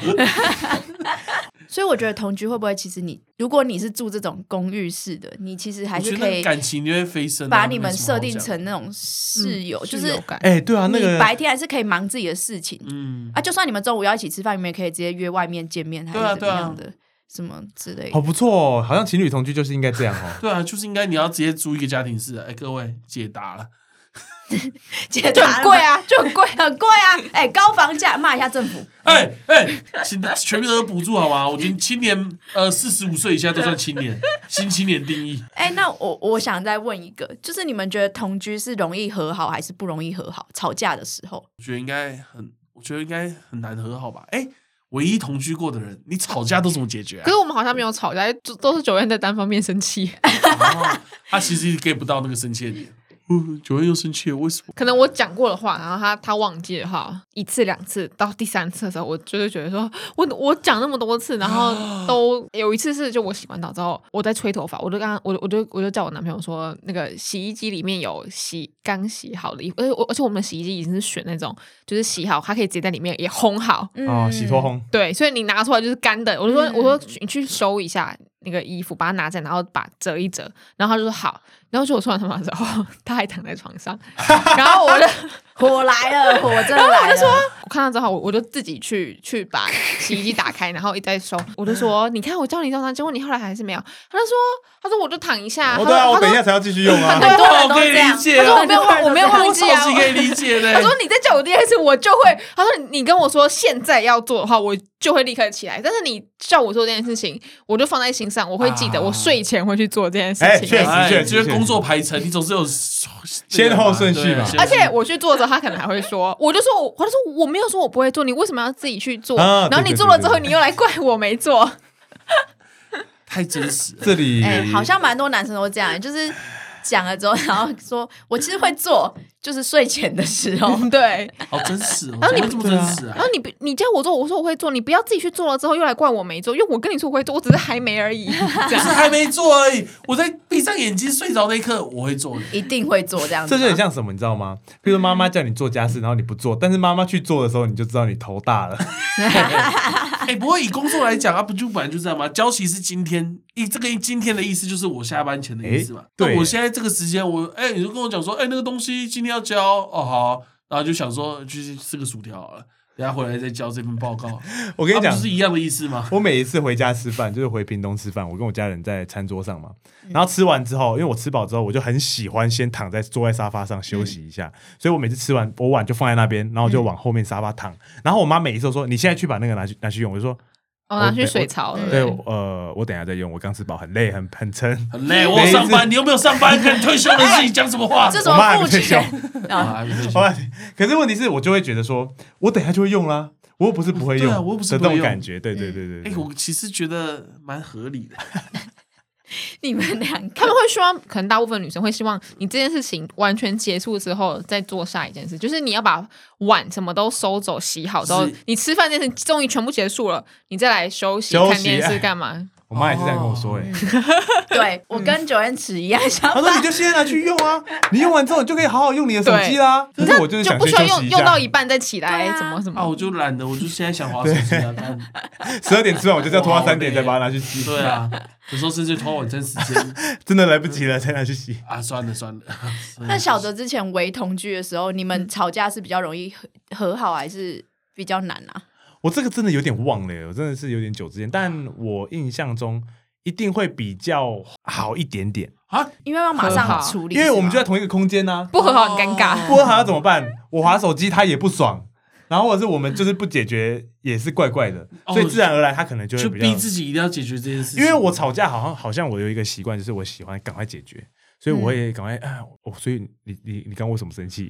Speaker 2: 所以我觉得同居会不会，其实你如果你是住这种公寓式的，你其实还
Speaker 4: 我觉
Speaker 2: 是
Speaker 4: 得
Speaker 2: 可
Speaker 4: 那个
Speaker 2: 以
Speaker 4: 感情就会飞升啊。
Speaker 2: 把你们
Speaker 4: 没什么好
Speaker 2: 设定
Speaker 4: 讲嗯
Speaker 2: 成那种室友，就是
Speaker 3: 有感
Speaker 1: [LAUGHS] 哎，对啊，那
Speaker 2: 你
Speaker 1: 个
Speaker 2: 白天还是可以忙自己的事情、
Speaker 4: 嗯，
Speaker 2: 啊，就算你们中午要一起吃饭，你们也可以直接约外面见面，还
Speaker 4: 对啊
Speaker 2: 是怎么
Speaker 4: 对啊
Speaker 2: 样的，什么之类 [LAUGHS]
Speaker 1: 好
Speaker 2: 的。
Speaker 1: 不错哦，好像情侣同居就是应该这样哦。
Speaker 4: 对啊，就是应该你要直接租一个家庭式啊。哎，各位解答了，
Speaker 2: 解
Speaker 3: 就
Speaker 2: 答
Speaker 3: 很贵
Speaker 2: 了吗，
Speaker 3: 啊，就很贵。
Speaker 2: 很贵啊！哎、高房价，骂一下政府。
Speaker 4: 哎哎，请全民都补助好吗？我觉得青年呃四十五岁以下都算青年，新青年定义。
Speaker 2: 哎、那我我想再问一个，就是你们觉得同居是容易和好还是不容易和好？吵架的时候，
Speaker 4: 我觉得应该很，我觉得应该很难和好吧？哎、唯一同居过的人，你吵架都怎么解决
Speaker 3: 可
Speaker 4: 啊？
Speaker 3: 是我们好像没有吵架，就都是九院在单方面生气。
Speaker 4: 哦他其实 get 不到那个生气的
Speaker 1: [LAUGHS]
Speaker 4: 点。
Speaker 1: 哦
Speaker 4: 嗯，九月又生气了，为什么？
Speaker 3: 可能我讲过的话，然后他他忘记的话，一次两次到第三次的时候，我就会觉得说，我我讲那么多次，然后都有一次是就我洗完澡之后，我在吹头发，我就跟他，我我就我就叫我男朋友说，那个洗衣机里面有洗刚洗好的衣服，而且我而且我们的洗衣机已经是选那种就是洗好，它可以直接在里面也烘好，
Speaker 2: 嗯
Speaker 1: 哦，洗脱。烘，
Speaker 3: 对，所以你拿出来就是干的。我就说，
Speaker 2: 嗯
Speaker 3: 我说你去收一下那个衣服，把它拿在，然后把折一折。然后他就说好。然后就我穿完头发之后， [LAUGHS] 他还躺在床上。然后我就，
Speaker 2: 火来了，火真的
Speaker 4: [LAUGHS]
Speaker 2: 来了。
Speaker 3: 我看到之后，我我就自己去去把洗衣机打开，然后一
Speaker 1: [LAUGHS]
Speaker 3: 再收。我就说，你看我叫你叫他，结果你后来还是没有。他就说，他说我就躺一下。
Speaker 1: 哦，对
Speaker 3: 他说
Speaker 1: 啊，我
Speaker 3: 他
Speaker 1: 等一
Speaker 3: 说
Speaker 1: 下才要继续用
Speaker 2: [LAUGHS]
Speaker 1: 啊
Speaker 2: 很。多人
Speaker 4: 我
Speaker 2: 都
Speaker 4: 可以
Speaker 2: 这样。
Speaker 4: 理解啊
Speaker 2: 我没有忘，
Speaker 3: 我没有忘
Speaker 4: 我
Speaker 3: 记啊
Speaker 4: 超级可以理解的、
Speaker 3: 他说你再叫我第二次，我就会。他说你跟我说现在要做的话，我就会立刻起来。但是你叫我做这件事情，我就放在心上，我会记得
Speaker 4: 啊
Speaker 3: 我睡前会去做这件事
Speaker 1: 哎
Speaker 3: 情。
Speaker 1: 确实
Speaker 4: 哎
Speaker 1: 确实
Speaker 4: 就
Speaker 1: 确
Speaker 4: 是
Speaker 1: 实
Speaker 4: 工作排程，你总是有
Speaker 1: [LAUGHS] 先后顺序嘛
Speaker 4: 对
Speaker 3: 而且我去做的时候，他可能还会说，我就说我，我就说我没有说我不会做，你为什么要自己去做？
Speaker 1: 啊
Speaker 3: 然后
Speaker 1: 对
Speaker 3: 你
Speaker 1: 对
Speaker 3: 做了
Speaker 1: 对
Speaker 3: 之后，
Speaker 1: 对
Speaker 3: 你又来怪我
Speaker 1: [LAUGHS]
Speaker 3: 没做。
Speaker 4: 太真实了。
Speaker 1: 这里
Speaker 2: 哎、好像蛮多男生都这样，就是讲了之后，然后说 [LAUGHS] 我其实会做，就是睡前的时候。
Speaker 1: [LAUGHS]
Speaker 3: 对，
Speaker 4: 好真实哦！
Speaker 3: 然后你
Speaker 4: 怎么会这么真实
Speaker 3: 然
Speaker 4: 啊
Speaker 3: 后？你不你叫我做，我说我会做，你不要自己去做了之后又来怪我没做，因为我跟你说我会做，我只是还没而
Speaker 1: [LAUGHS]
Speaker 3: 已。这
Speaker 4: 只是
Speaker 3: 样
Speaker 4: 还没做而已。我在闭上眼睛睡着那一刻，我会做的。
Speaker 2: 一定会做这样子
Speaker 1: 这
Speaker 2: 啊吗，
Speaker 1: 就很像什么，你知道吗？比如说妈妈叫你做家事，然后你不做，但是妈妈去做的时候，你就知道你头大了。
Speaker 4: [LAUGHS] 哎、不过以工作来讲啊，不就本来就这样吗？交期是今天，一这个今天的意思就是我下班前的意思嘛。
Speaker 1: 哎对
Speaker 4: 那我现在这个时间，我哎、你就跟我讲说，哎、那个东西今天要交哦，好，然后就想说去吃个薯条好了，等下回来再交这份报告。
Speaker 1: [LAUGHS] 我跟你
Speaker 4: 啊
Speaker 1: 讲
Speaker 4: 不，是一样的意思吗？
Speaker 1: 我每一次回家吃饭，就是回屏东吃饭，我跟我家人在餐桌上嘛。
Speaker 2: 嗯
Speaker 1: 然后吃完之后，因为我吃饱之后，我就很喜欢先躺在坐在沙发上休息一下，
Speaker 2: 嗯
Speaker 1: 所以我每次吃完，我碗就放在那边，然后我就往后面沙发躺。然后我妈每一次都说：“你现在去把那个拿去拿去用。”我就说
Speaker 3: 我
Speaker 2: 哦
Speaker 3: 拿去
Speaker 1: 我
Speaker 3: 水槽：“了。
Speaker 1: 对，我呃，我等一下再用，我刚吃饱，很累，很很撑。
Speaker 4: 很累，我有上班，你又没有上班，看退休了自己讲什么话？
Speaker 2: 这
Speaker 1: 我
Speaker 2: 种
Speaker 1: 妈还没
Speaker 2: 父
Speaker 1: 退休
Speaker 2: 权，
Speaker 4: 啊，还没退休
Speaker 1: 好吧，可是问题是我就会觉得说，我等一下就会用啦，我又不是不会用，
Speaker 4: 对啊我又不是
Speaker 1: 的
Speaker 4: 不会
Speaker 1: 这
Speaker 4: 用
Speaker 1: 种感觉，对对对对
Speaker 4: 哎、
Speaker 1: 对
Speaker 4: 我其实觉得蛮合理的。
Speaker 1: 嗯
Speaker 2: 你们两个
Speaker 3: 他
Speaker 1: [LAUGHS]
Speaker 3: 们会希望，可能大部分女生会希望你这件事情完全结束之后再做下一件事，就是你要把碗什么都收走、洗好之后
Speaker 4: 是，
Speaker 3: 你吃饭这件事终于全部结束了，你再来休息、
Speaker 1: 休息哎 [LAUGHS]
Speaker 3: 看电视干嘛？
Speaker 1: 我妈也是这样
Speaker 4: 哦
Speaker 1: 跟我说、欸，哎、
Speaker 2: 对我
Speaker 1: 嗯
Speaker 2: 跟九恩尺一样，想
Speaker 1: 她说你就现在拿去用啊，你用完之后你就可以好好用你的手机啦。可是我就是
Speaker 3: 就
Speaker 1: 想
Speaker 3: 不
Speaker 1: 先
Speaker 3: 需要
Speaker 1: 休息一
Speaker 3: 用用到
Speaker 1: 下，
Speaker 3: 一半再起来，
Speaker 2: 对啊
Speaker 3: 怎么怎么
Speaker 4: 啊，我就懒得，我就现在想滑手机啊，看
Speaker 1: 十二点吃完我就是要拖到
Speaker 4: 哇好累
Speaker 1: 三点再把它拿去洗，
Speaker 4: 对啊，有时候甚至拖晚餐时间
Speaker 1: [LAUGHS] 真的来不及了才拿去洗。
Speaker 4: 啊，算了算了。算了
Speaker 2: 那小哲之前为同居的时候，你们吵架是比较容易和和好，还是比较难啊？
Speaker 1: 我这个真的有点忘了、欸，我真的是有点久之前，但我印象中一定会比较好一点点，
Speaker 4: 啊，
Speaker 2: 因为要马
Speaker 3: 和
Speaker 2: 上
Speaker 3: 好
Speaker 2: 处理
Speaker 1: 因
Speaker 2: 是吗，
Speaker 1: 为我们就在同一个空间啊呐、
Speaker 3: 不和好很
Speaker 2: 哦
Speaker 3: 尴尬。
Speaker 1: 不然还要怎么办？我划手机他也不爽，然后或者是我们就是不解决也是怪怪的，
Speaker 4: 哦
Speaker 1: 所以自然而然他可能就会
Speaker 4: 就
Speaker 1: 比
Speaker 4: 逼
Speaker 1: 较。
Speaker 4: 自己一定要解决这件事情，
Speaker 1: 因为我吵架好像好像我有一个习惯，就是我喜欢赶快解决，所以我
Speaker 4: 嗯
Speaker 1: 会赶快啊，我、所以你你你刚为什么生
Speaker 4: [LAUGHS]
Speaker 1: 气？。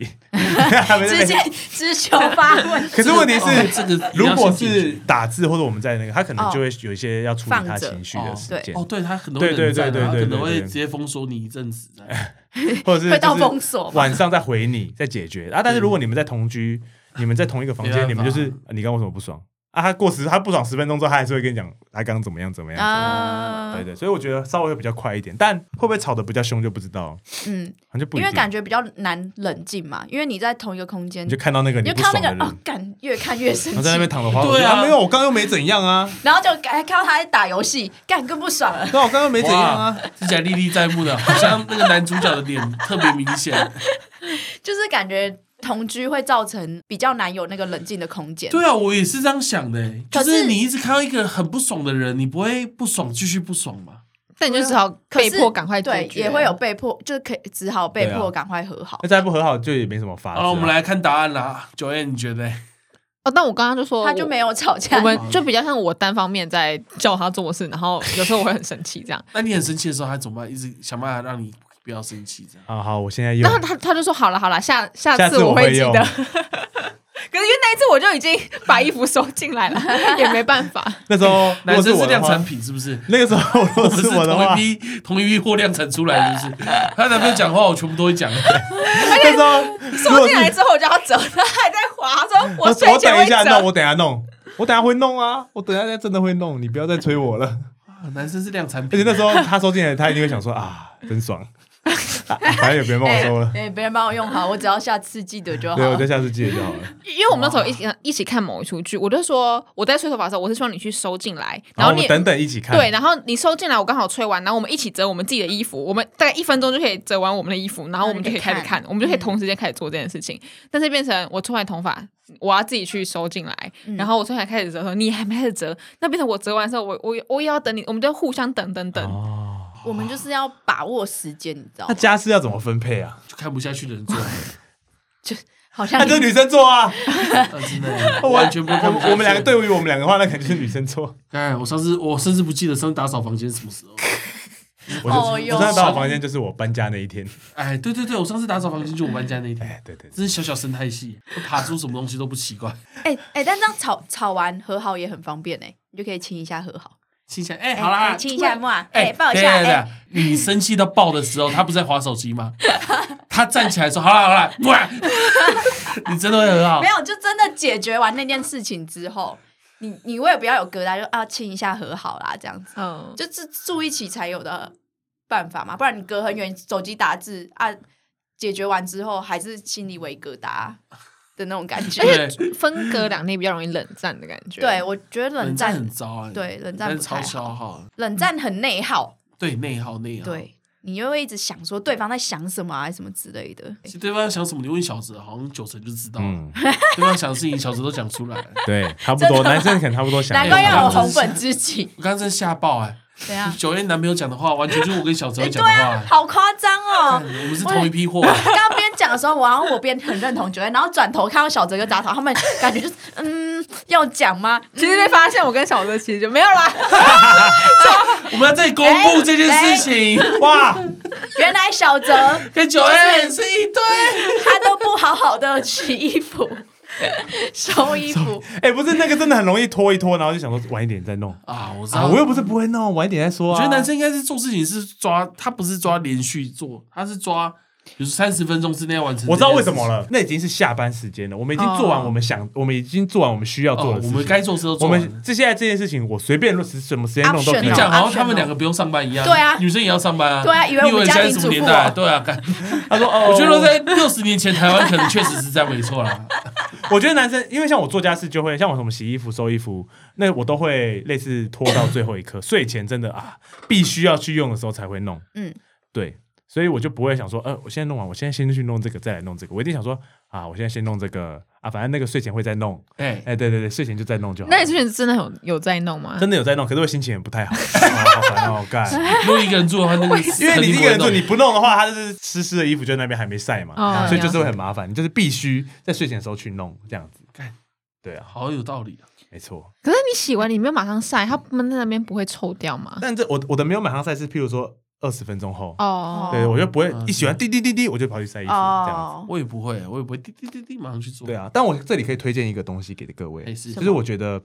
Speaker 2: 直接直球发
Speaker 1: [LAUGHS]
Speaker 2: 问
Speaker 1: 可是问题是
Speaker 4: 哦这个
Speaker 1: 如果
Speaker 4: 一定要先
Speaker 1: 是
Speaker 4: 解决
Speaker 1: 打字或者我们在那个，他可能
Speaker 2: 哦
Speaker 1: 就会有一些要处理他
Speaker 2: 放着
Speaker 1: 情绪的时间，
Speaker 4: 哦，对他很多
Speaker 1: 对对
Speaker 4: 冷战啊
Speaker 1: 对对
Speaker 4: 他
Speaker 1: 对
Speaker 4: 可
Speaker 1: 对
Speaker 4: 能会
Speaker 1: 对哎
Speaker 4: 直接封锁你一阵子这样。
Speaker 1: 或者是
Speaker 2: 会到
Speaker 1: 就是
Speaker 2: 封锁吧
Speaker 1: 晚上再回你再解决啊。但是如果你们在同居，你们在同一个房
Speaker 4: 嗯没办
Speaker 1: 间，
Speaker 4: 法
Speaker 1: 你们就是啊你刚为什么不爽啊？他过十他不爽十分钟之后，他还是会跟你讲他刚怎么样怎么样。
Speaker 2: 啊
Speaker 1: 对，对，所以我觉得稍微会比较快一点，但会不会吵得比较凶就不知道，
Speaker 2: 嗯，
Speaker 1: 好像就不一
Speaker 2: 因
Speaker 1: 定
Speaker 2: 为感觉比较难冷静嘛，因为你在同一个空间，
Speaker 1: 你就看到那个
Speaker 2: 你
Speaker 1: 你
Speaker 2: 就
Speaker 1: 不
Speaker 2: 看
Speaker 1: 爽
Speaker 2: 到
Speaker 1: 的
Speaker 2: 那
Speaker 1: 人，
Speaker 2: 个哦，干越看越生
Speaker 1: 然
Speaker 2: 气
Speaker 1: 后，在那边躺着滑手
Speaker 4: 对
Speaker 1: 机，
Speaker 4: 啊
Speaker 1: 没有，我刚刚又没怎样啊，
Speaker 2: 然后就哎看到他在打游戏，干更不爽了。
Speaker 1: 对啊，我刚刚又没怎样啊，
Speaker 4: 哇，听起来历历在目的，好像那个男主角的脸特别明
Speaker 1: [LAUGHS]
Speaker 4: 显。
Speaker 2: 就是感觉同居会造成比较难有那个冷静的空间。
Speaker 4: 对啊，我也是这样想的、欸，就
Speaker 2: 可是
Speaker 4: 是你一直看到一个很不爽的人，你不会不爽继续不爽吗？
Speaker 3: [LAUGHS] 但你就只好
Speaker 2: 可
Speaker 3: 被
Speaker 2: 是
Speaker 3: 迫赶快解
Speaker 2: 对，
Speaker 3: 决，
Speaker 2: 也会有被迫，就是可以只好被
Speaker 1: 对啊
Speaker 2: 迫赶快和好
Speaker 1: 那。再不和好就也没什么法子
Speaker 4: 好
Speaker 1: 啊。
Speaker 4: 哦了，我们来看答案啦。九燕，你觉得、欸
Speaker 3: 哦。但我刚刚就说，
Speaker 2: 他就没有吵
Speaker 3: 我，
Speaker 2: 架
Speaker 3: 我，们就比较像我单方面在叫他做事，然后有时候我会很生气这样。
Speaker 4: 那你很生气的时候，他怎么办？一直想办法让你不要生气，这样。
Speaker 1: 啊，好，我现在用
Speaker 3: 然后他他就说好了好了，下下
Speaker 1: 下次
Speaker 3: 我
Speaker 1: 我会
Speaker 3: 记得。
Speaker 1: 用
Speaker 3: 可是 [LAUGHS] 因为那一次我就已经把衣服收进
Speaker 1: [LAUGHS]
Speaker 3: 来了，也没办法。
Speaker 1: 那时候如
Speaker 4: [LAUGHS] 男
Speaker 1: 果是
Speaker 4: 生
Speaker 1: 我的
Speaker 4: 是量产
Speaker 1: 话，
Speaker 4: 品是不是？
Speaker 1: 那个时候如
Speaker 4: [LAUGHS] 我
Speaker 1: 果
Speaker 4: 们
Speaker 1: 是我的
Speaker 2: [LAUGHS]
Speaker 4: 同
Speaker 1: 话
Speaker 4: 一，批同一批货量产出来，是不 [LAUGHS] 是？她男朋友讲话，我全部都会讲。
Speaker 1: 那时候如
Speaker 3: 收
Speaker 1: 果
Speaker 3: 进
Speaker 1: 是
Speaker 3: 来之后我就要折，他还在滑，他说
Speaker 1: 我
Speaker 3: [LAUGHS] 我睡前
Speaker 1: 等
Speaker 3: 会
Speaker 1: 一下
Speaker 3: 折
Speaker 1: 弄，。我等一下弄，我等一下会弄啊，我等一下真的会弄，你不要再催我了。
Speaker 4: 啊 [LAUGHS] 男生是量产
Speaker 1: 而且
Speaker 4: 品，
Speaker 1: 那时候他收进来，他一定会想说啊，真爽，啊反正也别人帮我
Speaker 2: [LAUGHS] 哎
Speaker 1: 收了，
Speaker 2: 哎，别人帮我用好，我只要下次记得哎就好啊
Speaker 1: 对。我在下次记得就好了。
Speaker 3: 因为我们那时候一起一起看某一出剧，我就说我在吹头发的时候，我是希望你去收进来，
Speaker 1: 然后
Speaker 3: 后
Speaker 1: 我
Speaker 3: 你
Speaker 1: 们等等一起看，
Speaker 3: 对，，然后你收进来，我刚好吹完，然后我们一起折我们自己的衣服，我们大概一分钟就可以折完我们的衣服，然后我们就可以开始看，嗯我们就可以同时间开始做这件事情。但是变成我吹完头发，我要自己去收进来，然后我从来开始折的时候，你还没开始折，那变成我折完的时候，我我我也要等你，我们就互相等等等。
Speaker 1: 哦，
Speaker 2: 我们就是要把握时间，你知道
Speaker 1: 那
Speaker 2: 吗？
Speaker 1: 家事要怎么分配啊？
Speaker 4: 就看不下去的人做，
Speaker 2: 好像
Speaker 1: 那就是女生做啊，
Speaker 4: 啊真的
Speaker 1: [LAUGHS] 我
Speaker 4: [LAUGHS] 完全不
Speaker 1: 我
Speaker 4: 会看不下去
Speaker 1: 我我们两个，对于我们两个的话，那肯定是女生做。
Speaker 4: 哎，我上次我甚至不记得上次打扫房间是什么时候。
Speaker 1: 我就
Speaker 2: 哦
Speaker 1: 我
Speaker 2: 哟
Speaker 1: 上次到我房间就是我搬家那一天，
Speaker 4: 哎，对对对，我上次打扫房间就我搬家那一天，
Speaker 1: 哎，对
Speaker 4: [LAUGHS]
Speaker 1: 对，对
Speaker 4: 真是小小生态系，爬出什么东西都不奇怪。
Speaker 2: 哎哎，但这样吵吵完和好也很方便哎，你就可以亲一下和好。
Speaker 4: 心想，哎，好啦，
Speaker 2: 哎亲一下嘛，
Speaker 4: 哎
Speaker 2: 哎，抱一
Speaker 4: 等
Speaker 2: 下，
Speaker 4: 等
Speaker 2: 哎，
Speaker 4: 等你生气到爆的时候，他不是在划手机吗？他站起来 [LAUGHS] 说：“好啦好啦，哇，你真的会很好
Speaker 2: 没。有，就真的解决完那件事情之后，你你我也不要有疙瘩，就啊亲一下和好啦，这样子。
Speaker 3: 嗯，就
Speaker 2: 就是住一起才有的办法嘛，不然你隔很远，手机打字啊，解决完之后还是心里为疙瘩的那种感”觉。
Speaker 4: [LAUGHS] 对，
Speaker 3: 分隔两地比较容易冷战的感觉。
Speaker 2: 对，我觉得冷
Speaker 4: 冷
Speaker 2: 战
Speaker 4: 战很糟哎，
Speaker 2: 对冷战
Speaker 4: 但
Speaker 2: 不
Speaker 4: 是超嗯
Speaker 2: 太
Speaker 4: 消
Speaker 2: 好，
Speaker 4: 耗，
Speaker 2: 冷战很内耗，
Speaker 4: 对内耗内耗。，
Speaker 2: 对你又会一直想说对方在想什么啊，什么之类的。
Speaker 4: 其实对方想什么，你问小哲，好像九成就知道了。
Speaker 1: 嗯，
Speaker 4: 对方想的事情，小哲都讲出来了。
Speaker 1: 对，差不多，男生可能差不多想那
Speaker 2: 难
Speaker 1: 个。
Speaker 2: 怪要有红粉知
Speaker 4: [LAUGHS]
Speaker 2: 己，
Speaker 4: 我刚刚真吓
Speaker 2: [LAUGHS]
Speaker 4: 爆哎！
Speaker 2: 怎样？
Speaker 4: 九燕男朋友讲的话，完全就是我跟小哲
Speaker 2: 啊哎，
Speaker 4: 讲
Speaker 2: 对
Speaker 4: 的
Speaker 2: 啊，
Speaker 4: 话。
Speaker 2: 好夸张
Speaker 4: 哎
Speaker 2: 哦！
Speaker 4: 我们是同一批货啊。
Speaker 2: 刚刚边讲的时候，我然后我边很认同九月，然后转头看到小哲跟杂草，他们感觉就是嗯，要讲吗？
Speaker 3: 其实被发现我跟小泽其实就没有啦，
Speaker 4: 我们要再公布这件事情，
Speaker 2: 哎
Speaker 1: 哇，
Speaker 2: 原来小哲
Speaker 4: 跟九燕是
Speaker 2: [LAUGHS]
Speaker 4: 一对。
Speaker 2: 他都不好好的洗衣服、收衣服，
Speaker 1: 哎，不是那个真的很容易拖一拖，然后就想说晚一点再弄
Speaker 4: 啊，我知
Speaker 1: 啊，
Speaker 4: 道，
Speaker 1: 我又不是不会弄，晚一点再说
Speaker 4: 我
Speaker 1: 啊。
Speaker 4: 觉得男生应该是做事情是抓，他不是抓连续做，他是抓就是三十分钟之内要完成。
Speaker 1: 我知道为什么。了，那已经是下班时间了，我们已经做完我们想，我们已经做完我们需要做
Speaker 4: 哦
Speaker 1: 的，事
Speaker 4: 我
Speaker 1: 情。
Speaker 4: 们该做的事都
Speaker 1: 我
Speaker 4: 做完了。
Speaker 1: 们这现在这件事情，我随便弄什么时间弄都可以
Speaker 4: 你
Speaker 2: Optional
Speaker 4: 讲
Speaker 1: 弄。
Speaker 4: 好像他们两个不用上班一样，
Speaker 2: 对啊
Speaker 4: 女生也要上班啊，
Speaker 2: 对啊以为我
Speaker 4: 你以
Speaker 2: 们
Speaker 4: 为现
Speaker 2: 家
Speaker 4: 在
Speaker 2: 庭
Speaker 4: 什
Speaker 2: 主
Speaker 4: 么
Speaker 2: 妇
Speaker 4: 年代啊？
Speaker 2: 哦
Speaker 4: 对啊，干
Speaker 1: 他说：“哦，
Speaker 4: 我觉得在六十年前台湾可能确实是这样，没错啦。
Speaker 1: 我觉得男生，因为像我做家事就会，像我什么洗衣服、收衣服，那我都会类似拖到最后一
Speaker 4: [COUGHS]
Speaker 1: 刻，睡前真的啊，必须要去用的时候才会弄。
Speaker 2: 嗯，
Speaker 1: 对，所以我就不会想说，呃，我现在弄完，我现在先去弄这个，再来弄这个。我一定想说，啊，我现在先弄这个啊，反正那个睡前会再弄。
Speaker 4: 哎，
Speaker 1: 哎，对对对，睡前就再弄就好了。
Speaker 3: [LAUGHS] 那你之前真的有有在弄
Speaker 1: [LAUGHS]
Speaker 3: 吗？
Speaker 1: 真的有在弄，可是我心情也不太好，啊好烦哦，干。
Speaker 4: [LAUGHS] 如果一个人住的话，那个
Speaker 1: 因为你一
Speaker 4: 肯定
Speaker 1: 个
Speaker 4: 不会
Speaker 1: 人
Speaker 4: 弄
Speaker 1: 住，你不弄的话，它就是湿湿的衣服就在那边还没晒嘛，
Speaker 3: 哦
Speaker 1: 所以就是会很麻烦。你就是必须在睡前的时候去弄这样子。
Speaker 4: 干
Speaker 1: 对啊，
Speaker 4: 好有道理啊。
Speaker 1: 没错。
Speaker 3: 可是你洗完你没有马上晒，它闷在那边不会臭掉吗？
Speaker 1: 但这我我的没有马上晒是，譬如说二十分钟后，
Speaker 3: 哦，
Speaker 1: 对我就不会
Speaker 4: 嗯
Speaker 1: 一洗完滴滴滴滴，我就跑去晒衣服这样子。
Speaker 2: 哦，
Speaker 4: 我也不会，我也不会滴滴滴滴马上去做。
Speaker 1: 对，啊，但我这里可以推荐一个东西给各位
Speaker 4: 哎，是
Speaker 1: 就是我觉得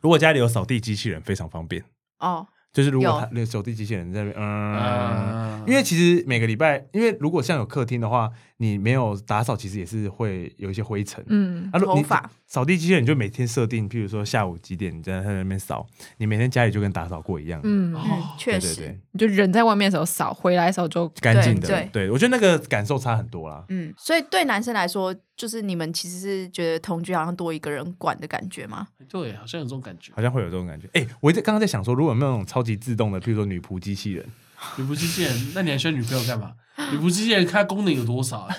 Speaker 1: 如果家里有扫地机器人非常方便，
Speaker 2: 哦，
Speaker 1: 就是如果它扫地机器人在那边嗯。
Speaker 4: 啊
Speaker 1: 因为其实每个礼拜，因为如果像有客厅的话，你没有打扫，其实也是会有一些灰尘。
Speaker 3: 嗯，
Speaker 1: 啊，如果你
Speaker 2: 头发
Speaker 1: 扫地机器人，你就每天设定，譬如说下午几点你在在那边扫，你每天家里就跟打扫过一样，
Speaker 3: 嗯，
Speaker 2: 嗯
Speaker 4: 哦，
Speaker 1: 对
Speaker 2: 确
Speaker 1: 对
Speaker 2: 实，
Speaker 1: 对，
Speaker 3: 你就人在外面的时候扫，回来的时候就
Speaker 1: 干净的，
Speaker 2: 对
Speaker 1: 对我觉得那个感受差很多啦。
Speaker 2: 嗯，所以对男生来说，就是你们其实是觉得同居好像多一个人管的感觉吗？
Speaker 4: 对，好像有这种感觉。
Speaker 1: 好像会有这种感觉，哎、我在刚刚在想说，如果有没有那种超级自动的，譬如说女仆机器人，
Speaker 4: 女仆机器人，那你还需要女朋友干嘛？女仆机器人看它功能有多少啊？